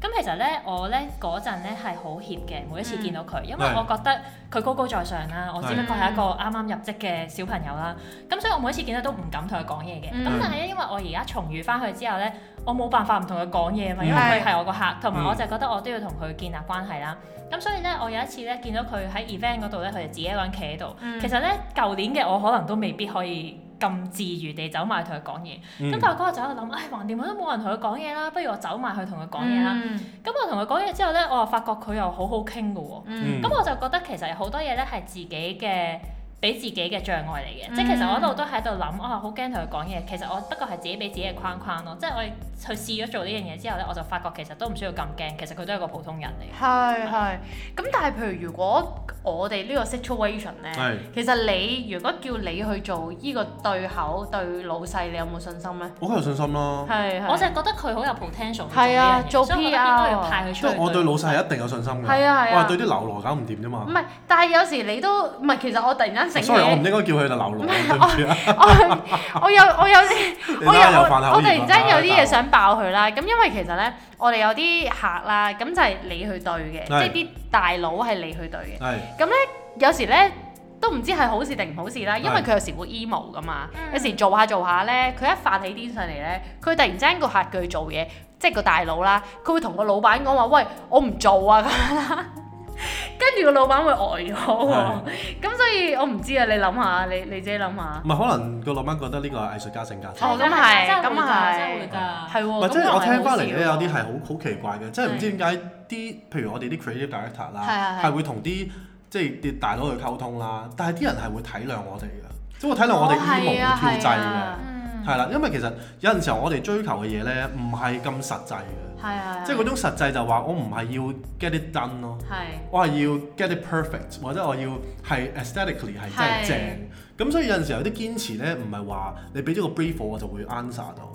C: 咁其實咧，我咧嗰陣咧係好怯嘅，每一次見到佢，因為
A: 係
C: 我覺得佢高高在上啦，我只不過係一個啱啱入職嘅小朋友啦。咁所以我每一次見到都唔敢同佢講嘢嘅。
B: 嗯
C: 咁但係咧，因為我而家重遇翻佢之後咧，我冇辦法唔同佢講嘢啊嘛，因為
B: 嗯
C: 佢係我個客，同埋
A: 嗯
C: 我就覺得我都要同佢建立關係啦。咁所以咧，我有一次咧見到佢喺 event 嗰度咧，佢就自己一個人企喺度。
B: 嗯
C: 其實咧，舊年嘅我可能都未必可以咁自如地走埋去同佢講嘢。
B: 嗯
C: 咁但係嗰日就喺度諗，唉，橫掂我都冇人同佢講嘢啦，不如我走埋去同佢講嘢啦。
B: 嗯
C: 咁、我同佢講嘢之後咧，我又發覺佢又好好傾嘅喎。
B: 嗯
C: 咁、我就覺得其實有好多嘢咧係自己嘅，俾自己嘅障礙嚟嘅。即係
B: 嗯
C: 其實我一路都喺度諗，啊，好驚同佢講嘢。其實我不過係自己俾自己嘅框框咯。即係我去試咗做呢樣嘢之後咧，我就發覺其實都唔需要咁驚。其實佢都係一個普通人嚟。
B: 係係，咁但係譬如如果我哋呢個 situation 咧，
A: 係
B: 其實你如果叫你去做呢個對口對老細，你有冇信心咧？
A: 我好有信心啦。
B: 係係，
C: 我就係覺得佢好有 potential 去
B: 係啊
C: 做
B: 做
C: 呢樣嘢所以我覺得應該
B: PR
C: 要派佢
A: 即
C: 出
B: 啊哦
C: 去。
A: 係我對老細係一定有信心嘅。
B: 係啊係啊嗯
A: 我嗯係對啲流羅搞唔掂啫嘛啊
B: 唔。係，但係有時你都唔係，其實我突然間醒起，
A: sorry，我唔應該叫佢就流羅，對唔住啊。
B: 我我有我有啲。
A: 你
B: 我有
A: 睇下有
B: 我
A: 飯
B: 我
A: 口
B: 突然
A: 言
B: 之
A: 啊
B: 間有啲嘢。
A: 大佬
B: 想爆佢啦，咁因為其實咧，我哋有啲客啦，咁就係你去對
A: 係
B: 嘅，即係啲大佬係你去對嘅。
A: 係
B: 有時咧都唔知係好事定唔好事啦，因
A: 係
B: 為佢有時會 emo 噶嘛，
C: 嗯
B: 有時做下做下咧，佢一發起癲上嚟咧，佢突然之間個客叫佢做嘢，即係個大佬啦，佢會同個老闆講話：喂，我唔做啊咁樣啦。 <laughs> 跟住個老闆會呆咗喎，咁所以我唔知啊，你諗下，你你自己諗下，
A: 唔係可能個老闆覺得呢個係藝術家性格？
B: 哦咁係
C: 真係
B: 咁
C: 會
B: 係
C: 㗎真係會㗎。
B: 係
A: 唔
B: 喎，
A: 係即
B: 哦咁可
A: 係
B: 能
A: 我聽
B: 好啊
A: 翻嚟
B: 事
A: 咧，
B: 喎
A: 有啲係好好奇怪嘅，即係唔知點解啲譬如我哋啲 creative director 啦，
B: 係係係
A: 係會同啲即係啲大佬去溝通啦，但係啲人係會體諒我哋嘅，即係會體諒我哋
B: 哦係
A: emo
B: 啊
A: 嘅
B: 係
A: 跳掣嘅
B: 啊。
C: 嗯
A: 係啦，因為其實有陣時候我哋追求嘅嘢咧，唔係咁實際嘅，
B: 係啊，
A: 即係嗰種實際就話我唔係要 get it done 咯，
B: 係。
A: 我係要 get it perfect，或者我要係 aesthetically 係真係
B: 係
A: 正。咁所以有陣時候有啲堅持咧，唔係話你俾咗個 brief 我我就會 answer 到，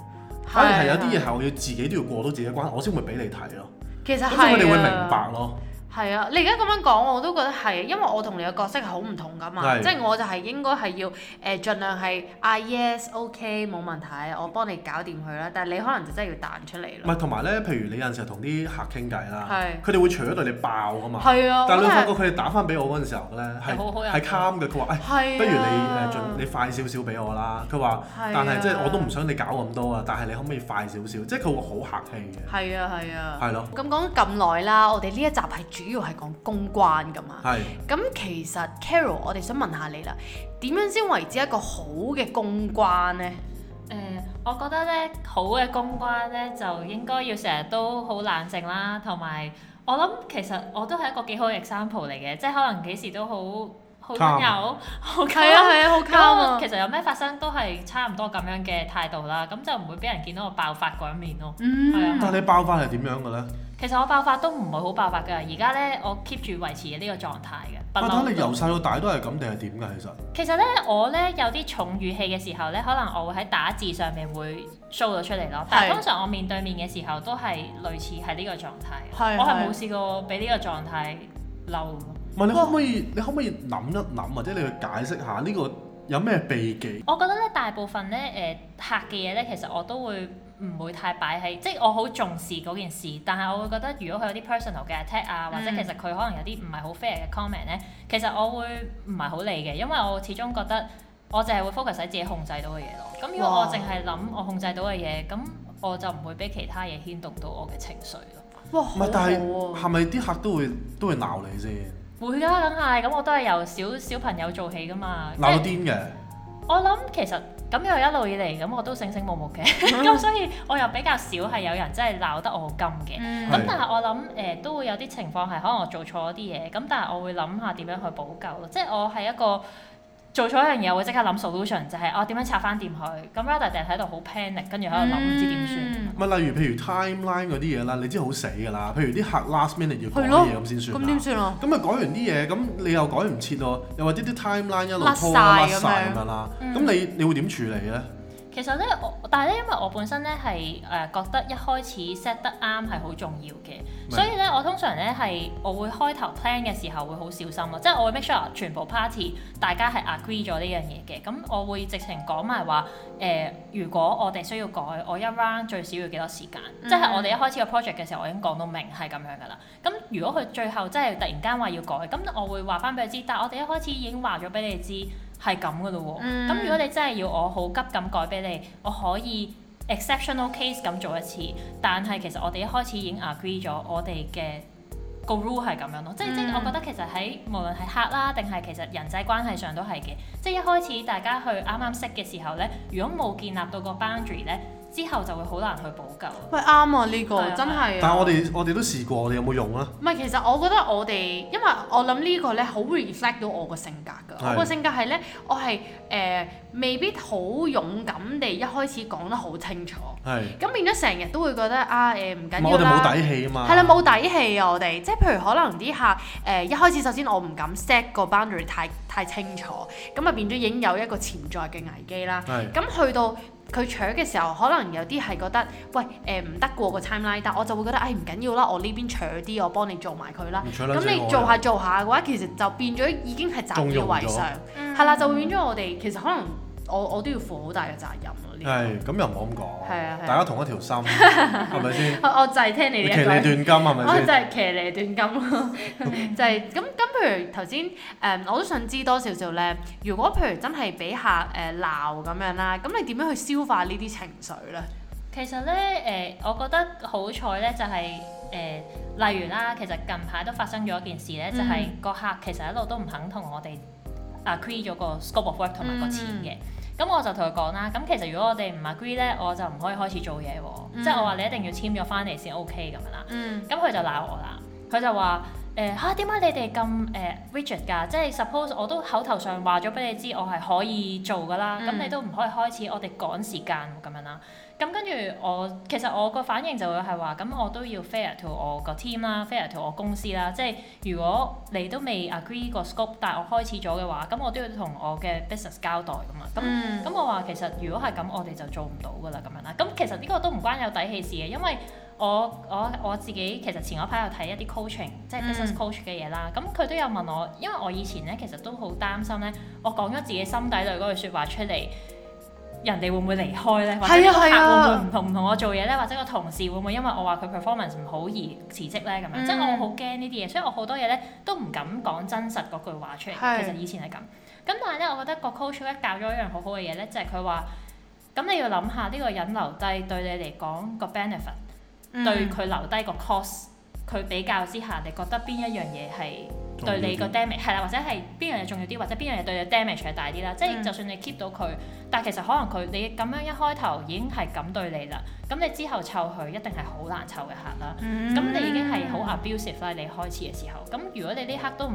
A: 反而係有啲嘢係我要自己都要過到自己嘅關，我先會俾你睇咯。
B: 其實
A: 咁
B: 係
A: 所以
B: 啊
A: 佢哋會明。白咯。
B: 係啊，你而家咁樣講，我都覺得係，因為我同你嘅角色係好唔同噶嘛。
A: 係
B: 即係我就係應該係要誒、呃，盡量係啊 yes OK 冇問題，我幫你搞掂佢啦。但係你可能就真係要彈出嚟
A: 唔
B: 咯。
A: 係同埋咧，譬如你有陣時候同啲客傾偈啦，
B: 啊係
A: 佢哋會除咗對你爆噶嘛，
B: 係啊，
A: 但係你會發覺
B: 我
A: 佢哋打翻俾我嗰陣時候咧，係
C: 係好好人
A: 係 calm 嘅，佢話誒。
B: 係
A: 不如你誒
B: 啊
A: 盡你快少少俾我啦。佢話，但係即係我都唔想你搞咁多啊。但係你可唔可以快少少？即係佢會好客氣嘅，
B: 係啊係啊。
A: 係咯，
B: 咁講咁耐啦，我哋呢一集係主要係講公關噶嘛。
A: 係
B: 咁其實 Carol，我哋想問下你啦，點樣先為之一個好嘅公關呢？
C: 誒、呃我覺得咧好嘅公關咧，就應該要成日都好冷靜啦，同埋我諗其實我都係一個幾好嘅 example 嚟嘅，即係可能幾時都好好温
A: Calm
C: 柔，
B: <laughs>
C: 好
B: <laughs> 係啊係啊，好
C: calm。
B: calm
C: 咁我
B: 啊
C: 其。實有咩發生都係差唔多咁樣嘅態度啦，咁就唔會俾人見到我爆發嗰一面咯。係啊
B: 嗯。
A: 但係你爆發係點樣嘅咧？
C: 其實我爆發都唔會好爆發㗎，而家咧我 keep 住維持呢個狀態嘅，不
A: 我
C: 嬲
A: 啊睇你
C: 都
A: 由細到大都係咁定係點㗎？其實
C: 其實咧，我咧有啲重語氣嘅時候咧，可能我會喺打字上面會 show 到出嚟咯。但係
B: 係
C: 通常我面對面嘅時候都係類似係呢個狀態
B: 係，
C: 我係
B: 係
C: 冇試過俾呢個狀態嬲。
A: 唔係你可唔可以？你可唔可以諗一諗，或者你去解釋下呢個有咩秘技？
C: 我覺得咧，大部分咧誒、客嘅嘢咧，其實我都會唔會太擺喺，即係我好重視嗰件事，但係我會覺得如果佢有啲 personal 嘅 attack 啊，或者
B: 嗯
C: 其實佢可能有啲唔係好 fair 嘅 comment 咧，其實我會唔係好理嘅，因為我始終覺得。誒、我就係會 focus 喺自己控制到嘅嘢咯。咁如果
B: 哇
C: 我淨係諗我控制到嘅嘢，咁我就唔會俾其他嘢牽動到我嘅情緒咯。
B: 哇，
A: 唔
B: 好
A: 係，但係
B: 好啊！
A: 係咪啲客都會都會鬧你先？
C: 會啦，梗係咁，我都係由小小朋友做起噶嘛。
A: 鬧到
C: 即係
A: 癲嘅，
C: 我諗其實咁又一路以嚟咁，我都醒醒目目嘅，咁所以我又比較少係有人真係鬧得我好金嘅。
B: 嗯
A: 係
C: 咁但係我諗誒、呃都會有啲情況係可能我做錯咗啲嘢，咁但係我會諗下點樣去補救咯。即係我係一個做錯一樣嘢，我會即刻諗 solution，就係我哦點樣拆翻掂佢。咁 rather 定喺度好 panic，跟住喺度諗唔知點算。
B: 嗯
A: 咪例如譬如 timeline 嗰啲嘢啦，你知好死㗎啦。譬如啲客 last minute 要
B: 係
A: 改
B: 咯
A: 嘢咁先算
B: 咁
A: 啦
B: 點。算啊？
A: 咁咪改完啲嘢，咁你又改唔切喎，又或者啲 timeline 一路
B: 甩
A: 拖啊
B: 晒
A: 甩
B: 咁
A: 晒
B: 樣啊
A: 咁樣啦。
C: 嗯
A: 咁你你會點處理咧？
C: 其實咧，我但係咧，因為我本身咧係誒覺得一開始 set 得啱係好重要嘅，所以咧我通常咧係我會開頭 plan 嘅時候會好小心咯，即係我會 make sure 全部 party 大家係 agree 咗呢樣嘢嘅，咁我會直情講埋話誒，如果我哋需要改，我一 round 最少要幾多時間，
B: 嗯
C: 即係我哋一開始個 project 嘅時候我已經講到明係咁樣噶啦。咁如果佢最後真係突然間話要改，咁我會話翻俾佢知，但係我哋一開始已經話咗俾你知係咁噶咯喎。咁、
B: 嗯
C: 如果你真係要我好急咁改俾你，我可以 exceptional case 咁做一次，但係其實我哋一開始已經 agree 咗我哋嘅。個 rule 係咁樣咯，即係即係
B: 嗯
C: 我覺得其實喺無論係客啦，定係其實人際關係上都係嘅，即係一開始大家去啱啱識嘅時候咧，如果冇建立到個 boundary 咧，之後就會好難去補救。
B: 喂啱啊！呢
C: 係
B: 個
C: 啊
B: 真係啊。
A: 但係我哋我哋都試過，你有冇用啊？
B: 唔係，其實我覺得我哋，因為我諗呢個咧好 reflect 到我個性格㗎。
A: 係
B: 我個性格係咧，我係誒、呃未必好勇敢地一開始講得好清楚，
A: 係。
B: 咁變咗成日都會覺得啊誒唔緊
A: 唔係
B: 要
A: 我哋冇
B: 啦。
A: 底氣啊嘛。
B: 係啦，冇底氣啊！我哋即係譬如可能啲客誒、呃一開始首先我唔敢 set 個 boundary 太太清楚，咁啊變咗已經有一個潛在嘅危機啦。
A: 係。
B: 咁去到佢搶嘅時候，可能有啲係覺得，喂誒唔得過個 timeline，但我就會覺得，哎唉唔緊要啦，我呢邊搶啲，我幫你做埋佢啦。
A: 唔取
B: 咁
A: 卵死
B: 你
A: 我啊
B: 做下做下嘅話，其實就變咗已經係習以為
A: 縱容
B: 常，嗯係啦，就會變咗我哋其實可能我我都要負好大嘅責任咯。呢
A: 係，咁又唔好咁講。
B: 係啊係啊
A: 大家同一
B: <laughs>
A: 條心，係咪先？
B: 個哦我我哦就係聽你
A: 你
B: 呢
A: 騎呢
B: 一
A: 段
B: 句。
A: 金係
B: 我
A: 咪
B: 就
A: 先？
B: 係騎呢斷金咯，就係咁咁。譬如頭先誒，我都想知多少少咧。如果譬如真係俾客誒鬧咁樣啦，咁你點樣去消化呢啲情緒咧？
C: 其實咧，誒、我覺得好彩咧，就係、誒、例如啦，其實近排都發生咗一件事咧，
B: 嗯
C: 就係個客其實一路都唔肯同我哋 agree 咗個 scope of work 同埋個
B: 嗯
C: 錢嘅。咁我就同佢講啦，咁其實如果我哋唔 agree 咧，我就唔可以開始做嘢喎，
B: 嗯
C: 即係我話你一定要簽咗翻嚟先 OK 咁樣啦。
B: 嗯
C: 咁佢就鬧我啦，佢就話誒嚇點解你哋咁誒 rigid 㗎？即係 suppose 我都口頭上話咗俾你知我係可以做㗎啦，咁、
B: 嗯
C: 你都唔可以開始，我哋趕時間喎咁樣啦。咁跟住我其實我個反應就會係話，咁我都要 fair to 我個 team 啦，fair to 我公司啦。即係如果你都未 agree 個 scope，但係我開始咗嘅話，咁我都要同我嘅 business 交代㗎嘛。咁
B: 嗯
C: 咁我話其實如果係咁，我哋就做唔到㗎啦咁樣啦。咁其實呢個都唔關有底氣事嘅，因為我我我自己其實前嗰排有睇一啲 coaching，即係
B: 嗯
C: business coach 嘅嘢啦。咁佢都有問我，因為我以前咧其實都好擔心咧，我講咗自己心底裏嗰句説話出嚟。人哋會唔會離開咧？或者
B: 係
C: 啲
B: 啊係啊
C: 客會唔會唔同唔同我做嘢咧？或者個同事會唔會因為我話佢 performance 唔好而辭職咧？咁樣、
B: 嗯
C: 即係我好驚呢啲嘢，所以我好多嘢咧都唔敢講真實嗰句話出嚟。
B: 係
C: 其實以前係咁。咁但係咧，我覺得個 coach 咧教咗一樣好好嘅嘢咧，就係佢話：咁你要諗下呢個人留低對你嚟講個 benefit，、對
B: 嗯
C: 佢留低個 cost，佢比較之下，你覺得邊一樣嘢係對你個 damage 係啦，或者係邊樣嘢重要啲，或者邊樣嘢對你 damage 係大啲啦？即係
B: 嗯
C: 就算你 keep 到佢，但係其實可能佢你咁樣一開頭已經係咁對你啦，咁你之後湊佢一定係好難湊嘅客啦。咁
B: 咁
C: 你已
B: 嗯
C: 經係好 abusive 啦，你開始嘅時候。咁如果你呢刻都唔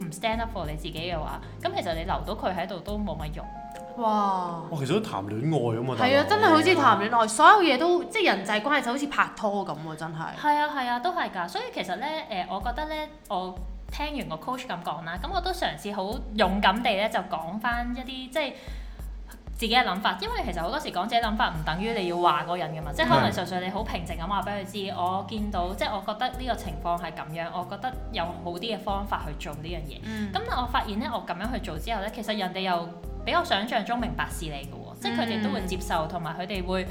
C: 唔 stand up for 你自己嘅話，咁其實你留到佢喺度都冇乜用。
B: 哇！
A: 我其實都談戀愛咁啊。大佬
B: 係啊，真係好似談戀愛，所有嘢都即係人際關係就好似拍拖咁喎，真係。
C: 係啊係啊，都係㗎。所以其實咧，誒、我覺得咧，我聽完個 coach 咁講啦，咁我都嘗試好勇敢地咧就講翻一啲即係。自己嘅諗法，因為其實好多時講自己諗法唔等於你要話嗰人㗎嘛，即係可能
A: 係
C: 純粹你好平靜咁話俾佢知，我見到即係我覺得呢個情況係咁樣，我覺得有好啲嘅方法去做呢樣嘢。
B: 嗯
C: 咁但我發現咧，我咁樣去做之後咧，其實人哋又比我想象中明白事理嘅喎，即係佢哋都會接受，同埋佢哋會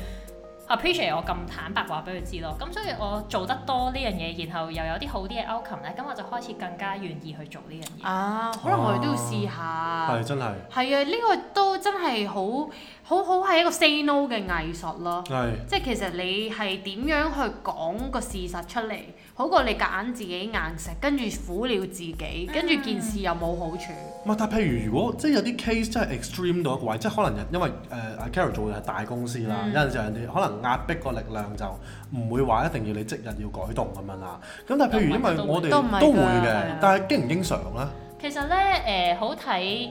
C: appreciate 我咁坦白話俾佢知咯。咁所以我做得多呢樣嘢，然後又有啲好啲嘅 outcome 咧，咁我就開始更加願意去做呢樣嘢。
B: 啊，可能我哋都要試下。
A: 係真係
B: 係啊，呢個都真係好好好係一個 say no 嘅藝術咯。
A: 係
B: 即係其實你係點樣去講個事實出嚟，好過你夾硬自己硬食，跟住苦了自己，跟住件事又冇好處。
A: 唔係，但係譬如如果即係有啲 case 真係 extreme 到一個位，即係可能人因為誒阿 Carol 做嘅係大公司
B: 嗯
A: 啦，有陣時人哋可能壓迫個力量就唔會話一定要你即日要改動咁樣啦。咁但係譬如因為我哋
B: 都唔係㗎
A: 都會
B: 係
A: 嘅
B: 啊，
A: 但係經唔經常咧？
C: 其實咧，誒、好睇，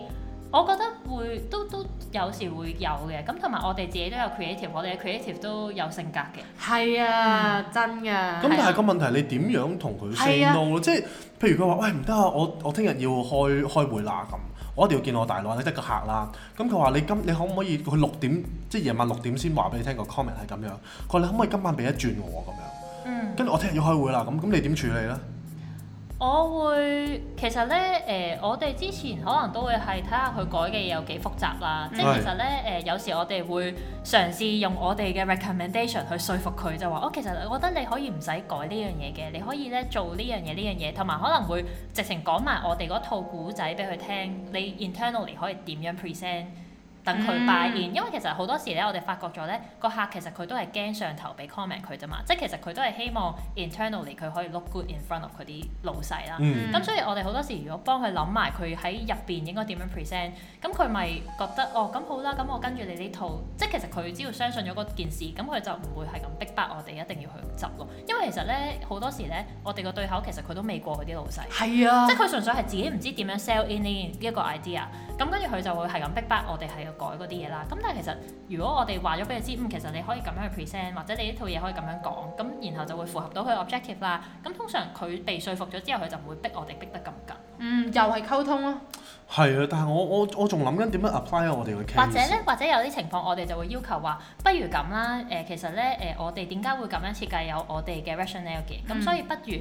C: 我覺得會都都有時會有嘅。咁同埋我哋自己都有 creative，我哋嘅 creative 都有性格嘅。
B: 係啊，真㗎。
A: 嗯咁但係個問題，你點樣同佢 say
B: 係啊
A: no 咯？即係譬如佢話：喂唔得啊，我我聽日要開開會啦咁，我一定要見我大佬，你得個客啦。咁佢話：你今你可唔可以佢六點即係夜晚六點先話俾你聽個 comment 係咁樣？佢話：你可唔可以今晚俾一轉我咁樣？
C: 嗯。
A: 跟住我聽日要開會啦，咁咁你點處理咧？
C: 我會其實咧誒、我哋之前可能都會係睇下佢改嘅嘢有幾複雜啦。即係
A: 係
C: 其實咧誒、有時我哋會嘗試用我哋嘅 recommendation 去說服佢，就話哦，其實我覺得你可以唔使改呢樣嘢嘅，你可以咧做呢樣嘢呢樣嘢，同埋可能會直情講埋我哋嗰套古仔俾佢聽，你 internally 可以點樣 present。等佢
B: 嗯
C: buy in，因為其實好多時咧，我哋發覺咗咧，個客其實佢都係驚上頭俾 comment 佢啫嘛，即係其實佢都係希望 internally 佢可以 look good in front of 佢啲老細啦。
A: 嗯。
C: 咁所以我哋好多時如果幫佢諗埋佢喺入邊應該點樣 present，咁佢咪覺得哦咁好啦，咁我跟住你呢套，即係其實佢只要相信咗嗰件事，咁佢就唔會係咁逼迫我哋一定要去執咯。因為其實咧好多時咧，我哋個對口其實佢都未過佢啲老細。
B: 係啊
C: 即係佢純粹係自己唔知點樣 sell in 呢一個 idea，咁跟住佢就會係咁逼迫我哋係要改嗰啲嘢啦。咁但係其實如果我哋話咗俾佢知，嗯，其實你可以咁樣去 present，或者你呢套嘢可以咁樣講，咁然後就會符合到佢 objective 啦。咁通常佢被說服咗之後，佢就唔會逼我哋逼得咁緊。
B: 嗯，又係溝通咯。
A: 係啊，但係我我我仲諗緊點樣 apply 喺我哋嘅 case。
C: 或者咧，或者有啲情況，我哋就會要求話，不如咁啦。誒、其實咧，誒、我哋點解會咁樣設計有我哋嘅 rationale 嘅？咁、
B: 嗯
C: 所以不如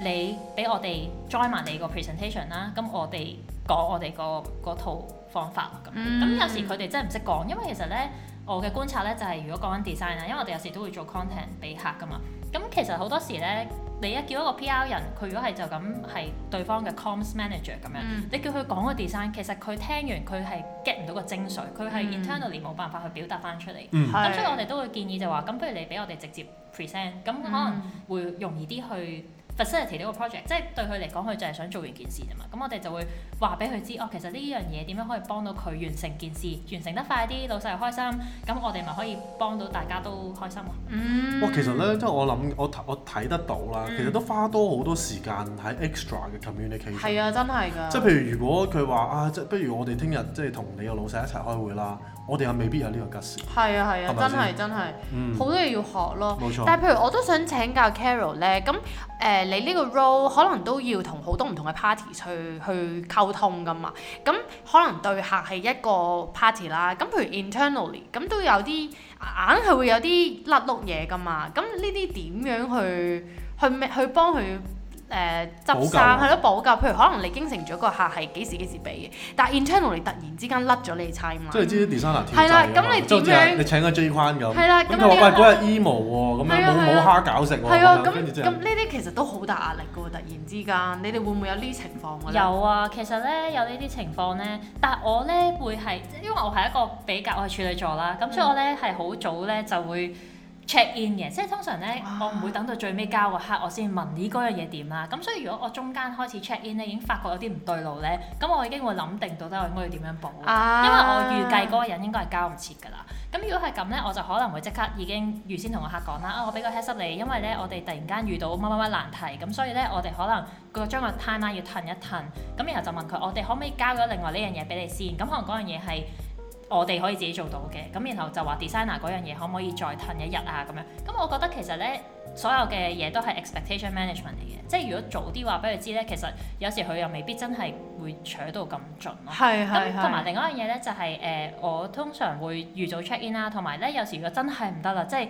C: 你俾我哋 join 埋你個 presentation 啦。咁我哋講我哋個嗰套方法啦咁。咁、
B: 嗯
C: 有時佢哋真係唔識講，因為其實咧，我嘅觀察咧就係、如果講緊 design 啦，因為我哋有時都會做 content 俾客噶嘛。咁其實好多時咧，你一叫一個 PR 人，佢如果係就咁係對方嘅 comms manager 咁樣。
B: 嗯
C: 你叫佢講個 design，其實佢聽完佢係 get 唔到個精髓，佢係
B: 嗯
C: internally 冇辦法去表達翻出嚟。
A: 嗯，
C: 咁所以我哋都會建議就話，咁不如你俾我哋直接 present，咁可能
B: 嗯
C: 會容易啲去 facilitate 呢個 project，即係對佢嚟講，佢就係想做完件事啫嘛。咁我哋就會話俾佢知，哦，其實呢樣嘢點樣可以幫到佢完成件事，完成得快啲，老細又開心，咁我哋咪可以幫到大家都開心咯。
B: 嗯
A: 哇，其實咧，即係我諗，我睇我睇得到啦，
B: 嗯
A: 其實都花多好多時間喺 extra 嘅 communication。
B: 係啊，真係㗎。
A: 即係譬如，如果佢話啊，即係不如我哋聽日即係同你個老細一齊開會啦，我哋又未必有呢個吉事。
B: 係啊係
A: 係
B: 啊，
A: 咪
B: 真係
A: 先
B: 真係
A: 嗯，
B: 好多嘢要學咯。
A: 冇錯。
B: 但係譬如我都想請教 Carol 咧，咁誒、呃你呢個 role 可能都要同好多唔同嘅 party 去去溝通噶嘛，咁可能對客係一個 party 啦，咁譬如 internally 咁都有啲硬係會有啲甩碌嘢噶嘛，咁呢啲點樣去去咩去幫佢？誒執
A: 補
B: 生
A: 救啊
B: 係咯補救，譬如可能你應承咗個客係幾時幾時俾嘅，但係 internally 突然之間甩咗你 time 啦
A: 即，係你知啲 designer 跳
B: 係啦
A: 掣㗎
B: 咁
A: 啊嘛
B: 你
A: 即係好似
B: 點樣
A: 你請個 J 框咁，
B: 係啦，
A: 咁
B: 咁
A: 佢話
B: 呢
A: 喂嗰日 emo 喎，咁
B: 係
A: 樣
B: 啊
A: 冇
B: 係
A: 冇
B: 啊
A: 蝦餃食喎，
B: 係啊，
A: 咁樣跟住
B: 咁
A: 之
B: 咁
A: 後
B: 呢啲其實都好大壓力㗎喎，突然之間，你哋會唔會有呢情況㗎咧？
C: 有啊，其實咧有呢啲情況咧，但係我咧會係，因為我係一個比較我係處女座啦，咁
B: 嗯
C: 所以我咧係好早咧就會 check in 嘅，即係通常咧
B: 哇
C: 我唔會等到最尾交個客我先問呢嗰樣嘢點啦，咁所以如果我中間開始 check in 咧已經發覺有啲唔對路咧，咁我已經會諗定到底我應該要點樣補。
B: 啊
C: 因為我預計嗰個人應該係交唔切㗎啦。咁如果係咁咧，我就可能會即刻已經預先同個客講啦，啊，我俾個 heads up 你，因為咧我哋突然間遇到乜乜乜難題，咁所以咧我哋可能個將個 timeline 要褪一褪，咁然後就問佢，我哋可唔可以交咗另外呢樣嘢俾你先？咁可能嗰樣嘢係。我哋可以自己做到嘅，咁然後就話 designer 嗰樣嘢可唔可以再褪一日啊咁樣，咁我覺得其實咧所有嘅嘢都係 expectation management 嚟嘅，即係如果早啲話俾佢知咧，其實有時佢又未必真係會扯到咁盡咯。
B: 係係
C: 咁同埋
B: 係，
C: 另外一樣嘢咧，就係、呃我通常會預早 check in 啦，同埋咧有時如果真係唔得啦，即係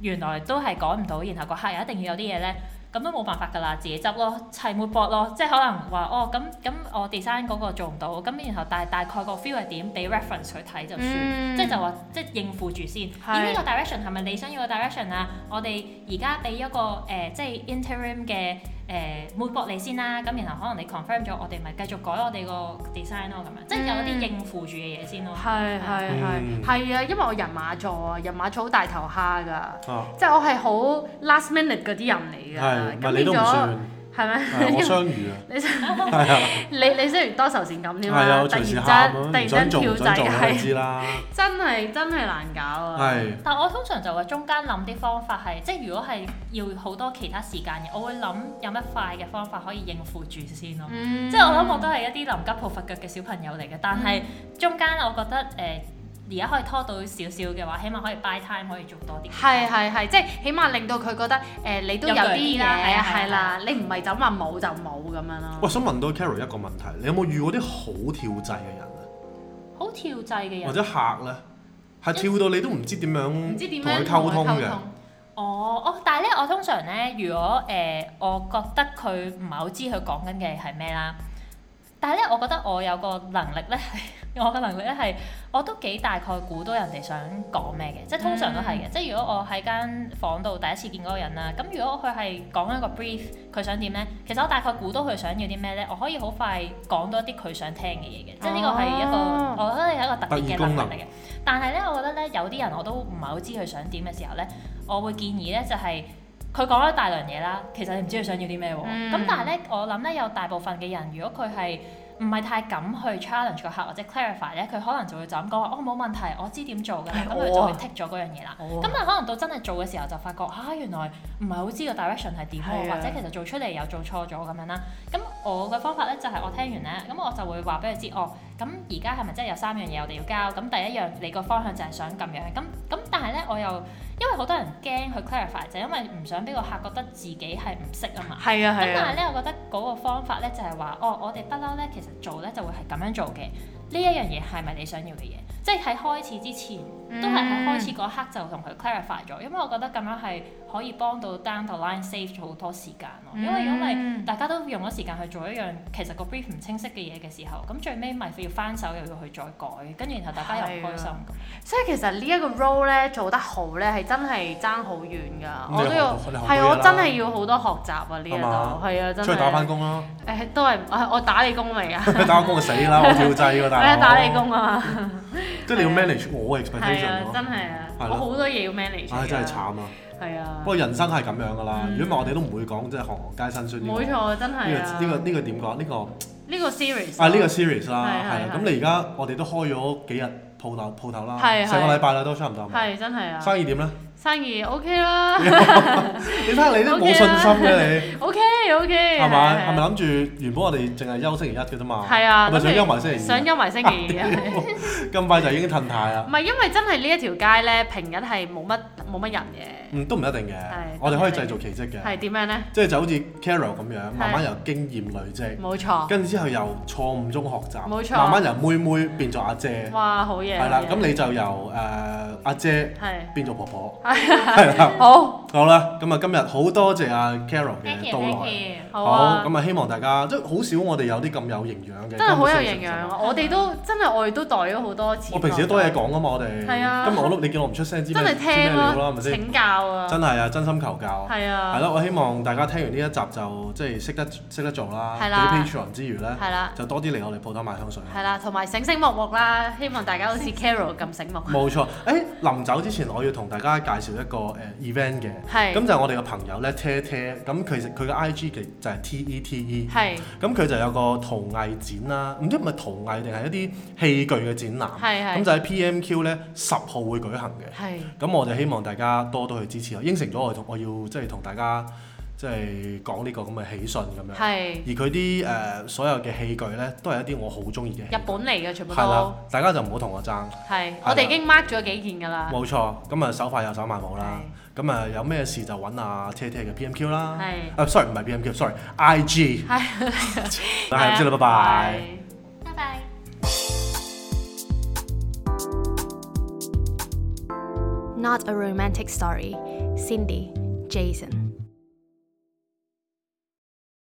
C: 原來都係趕唔到，然後個客人一定要有啲嘢咧，咁咁都冇辦法㗎啦，自己執咯，砌抹薄咯，即係可能話哦咁咁我 design 嗰個做唔到，咁然後但係大概個 feel 係點，俾 reference 去睇就算，
B: 嗯
C: 即係就話即係應付住先。
B: 係
C: 而呢個 direction 係咪你想要嘅 direction 啊？我哋而家俾一個誒、呃即係 interim 嘅。誒抹薄你先啦，咁然後可能你 confirm 咗，我哋咪繼續改我哋個 design 咯，咁樣即係有啲
B: 嗯
C: 應付住嘅嘢先咯。
B: 係係係
A: 嗯
B: 係啊！因為我人馬座啊，人馬座好大頭蝦㗎，
A: 啊，
B: 即係我係好 last minute 嗰啲人
A: 係，
B: 嚟㗎，
A: 唔
B: 咁
A: 係你
B: 變
A: 都唔
B: 咗
A: 算，
B: 係咪？
A: 係我相 <laughs> 遇啊，
B: <laughs> 你
A: 係啊，
B: 你你雖然多愁善感添
A: 係啊，
B: 啦，
A: 我
B: 突然
A: 隨
B: 之
A: 時
B: 間
A: 喊
B: 突
A: 啊，
B: 然
A: 唔
B: 間
A: 想
B: 跳
A: 做唔想
B: 掣
A: 做你都
B: 係
A: 知 <laughs> 啦，
B: 真係真係難搞啊！
A: 係，
C: 但我通常就會中間諗啲方法係，即係如果係要好多其他時間嘅，我會諗有乜快嘅方法可以應付住先咯。
B: 嗯
C: 即係我諗我都係一啲臨急抱佛腳嘅小朋友嚟嘅，但係中間我覺得誒而家可以拖到少少嘅話，起碼可以 buy time 可以做多啲。
B: 係係係，即係起碼令到佢覺得誒、你都有
C: 有
B: 啲
C: 腳
B: 嘢
C: 啲啦係啊
B: 係
C: 係
B: 啦
C: 啦，
B: 你唔係就咁話冇就冇咁樣咯。
A: 喂，想問到 Carol 一個問題，你有冇遇過啲好跳掣嘅人啊？
C: 好跳掣嘅
A: 或
C: 人。
A: 者客咧，係跳到你都唔知點樣
B: 唔
A: 唔
B: 知點
A: 同
B: 樣
A: 佢溝
B: 同
A: 通
B: 佢
A: 嘅，
C: 啊哦哦，但係咧，我通常咧，如果誒、我覺得佢唔係好知佢講緊嘅係咩啦，但係咧，我覺得我有個能力咧，係 <laughs> 我嘅能力咧係我都幾大概估到人哋想講咩嘅，即係通常都係嘅。即係如果我喺間房度第一次見嗰個人啦，咁如果佢係講緊個 brief，佢想點咧，其實我大概估到佢想要啲咩咧，我可以好快講多啲佢想聽嘅嘢嘅，即係呢個係一個、
B: 哦
C: 我覺得係一個特別嘅
A: 特異功
C: 能
A: 能
C: 力嚟嘅。但係咧，我覺得咧有啲人我都唔係好知佢想點嘅時候咧，我會建議咧就係、佢講咗大量嘢啦，其實你唔知佢想要啲咩喎。咁、
B: 嗯
C: 但係咧，我諗咧有大部分嘅人，如果佢係唔係太敢去 challenge 個客或者 clarify 咧，佢可能就會就咁講話，哦冇問題，我知點做㗎啦，
B: 係
C: 咁佢
B: 我
C: 就會
B: 啊
C: 剔咗嗰樣嘢啦。
B: 哦
C: 咁啊但係可能到真係做嘅時候就發覺啊，原來唔係好知個 direction 係點
B: 係
C: 喎，
B: 啊
C: 或者其實做出嚟又做錯咗咁樣啦。咁我嘅方法咧就係、我聽完咧，咁我就會話俾佢知哦。咁而家係咪真係有三樣嘢我哋要交？咁第一樣你個方向就係想咁樣，咁咁但係咧我又因為好多人驚去 clarify 就係因為唔想俾個客覺得自己係唔識啊嘛。
B: 係啊
C: 咁
B: 係
C: 但係
B: 啊，
C: 咧，我覺得嗰個方法咧就係話，哦，我哋不嬲咧，其實做咧就會係咁樣做嘅。呢一樣嘢係咪你想要嘅嘢？即係喺開始之前，都係喺開始嗰刻就同佢 clarify 咗，因為我覺得咁樣係可以幫到 down the line save 咗好多時間咯。
B: 嗯
C: 因為因為
B: 為
C: 大家都用咗時間去做一樣其實個 brief 唔清晰嘅嘢嘅時候，咁最尾咪要翻手又要去再改，跟住然後大家又唔開心
B: 係啊
C: 咁。
B: 所以其實呢一個 role 咧做得好咧係真係爭好遠㗎，
A: 咁
B: 我
A: 你
B: 都
A: 學到你學
B: 要
A: 到
B: 係
A: 嘢
B: 我
A: 啦
B: 真係要好多學習啊呢一
A: 係
B: 度
A: 嘛
B: 係啊真
A: 出去打翻
B: 係
A: 工啦，
B: 誒都係我我打你工未啊？
A: 打翻工就死
B: <laughs>
A: 啦，我跳掣喎，
B: 我
A: 大
B: 而家
A: 佬，
B: 打你，工啊嘛，
A: 即係你要 manage 我嘅
B: 啊係
A: expectation
B: 啊
A: 咯，
B: 真係啊，
A: 係
B: 我
A: 咯
B: 好多嘢要 manage
A: 唉真係
B: 啊，
A: 慘啊！
B: 係啊
A: 不，過人生係咁樣噶啦，
B: 嗯
A: 如果唔係我哋都唔會講即係行行皆辛酸呢個
B: 冇錯真係啊
A: 呢個呢個呢個點講呢個
B: 呢個 series
A: 啊呢個 series 啦，
B: 係
A: 係啦，
B: 係
A: 啊
B: 係
A: 咁你而家我哋都開咗幾日鋪頭鋪頭啦，
B: 係係
A: 成個禮拜啦都差唔多，
B: 係真係啊，
A: 生意點
B: <laughs>
A: 咧？
B: 生意 OK 啦
A: <laughs> 你睇下你都冇信心嘅你。
B: <laughs>，OK OK，
A: 係咪？係咪諗住原本我哋淨係休星期一嘅啫嘛？
B: 係啊
A: 係咪
B: 咁
A: 想
B: 你
A: 休埋星期
B: 想
A: 二？
B: 休埋 <laughs> 星期二啊？
A: 咁快就已經褪態啦。
B: 唔係因為真係呢一條街咧，平日係冇乜冇乜人嘅，
A: 嗯，都唔一定嘅
B: 係。
A: 我哋可以製造奇蹟嘅，
B: 係點樣咧？
A: 即係就好似 Carol 咁樣，
B: 係
A: 慢慢由經驗累積，
B: 冇錯，
A: 跟住之後由錯誤中學習，
B: 冇錯
A: 慢慢由妹妹變做阿姐，
B: 哇，好嘢！
A: 係啦。
B: 好嘢
A: 咁你就由誒阿姐
B: <laughs> 係
A: 變做婆婆，係啦。
B: 好
A: 好啦，咁啊今日好多謝阿 Carol
C: Thank
A: 嘅
C: you，
A: 到
C: thank
A: 來。
C: you。
B: 好
A: 好，
B: 啊，
A: 咁啊希望大家即係好少我哋有啲咁有營養嘅，
B: 真係好有
A: conversation
B: 營養啊！我哋都真係我哋都袋咗好多錢落去。
A: 我平時都多嘢講噶嘛，我哋。
B: 係啊
A: 今日我都你見我唔出聲，知咩
B: 真係
A: 知咩
B: 聽
A: 料啦，係
B: 咯
A: 咪，先？
B: 請教啊，
A: 真係啊，真心求教。
B: 係
A: 係
B: 啊，
A: 咯，我希望大家聽完呢一集就即係識得識得做啦。
B: 係啦
A: 俾 Patreon 之餘咧，
B: 係啦，
A: 就多啲嚟我哋鋪頭買香水。
B: 係啦，同埋醒醒目目啦，希望大家好似 Carol 咁醒目。
A: 冇錯。誒，臨走之前我要同大家介紹一個誒 event 嘅。
B: 係
A: 咁就係我哋嘅朋友咧，Te Te，咁其實佢嘅 IG 嘅就係 T E T E，
B: 係
A: 咁佢就有個陶藝展啦，唔知係咪陶藝定係一啲器具嘅展覽，
B: 係係
A: 咁就喺 PMQ 咧十號會舉行嘅。
B: 係。
A: 咁我就希望大家多多去支持我，應承咗我同我要即係同大家即係講呢個咁嘅喜訊咁樣。
B: 係
A: 而佢啲誒所有嘅器具咧，都係一啲我好中意嘅器具。
B: 日本嚟嘅，全部
A: 係啦
B: 都，
A: 大家就唔好同我爭，
B: 係
A: 啦。
B: 我哋已經 mark 咗幾件㗎啦。
A: 冇錯。咁啊手快有手慢冇啦。咁啊有咩事就揾阿車車嘅 PMQ 啦。<laughs>
B: 係
A: 啊，sorry 唔係 PMQ，sorry，IG。
B: 係
A: 係咁先啦，拜拜。
B: 係
C: 拜拜。
D: Not a romantic story. Cindy, Jason.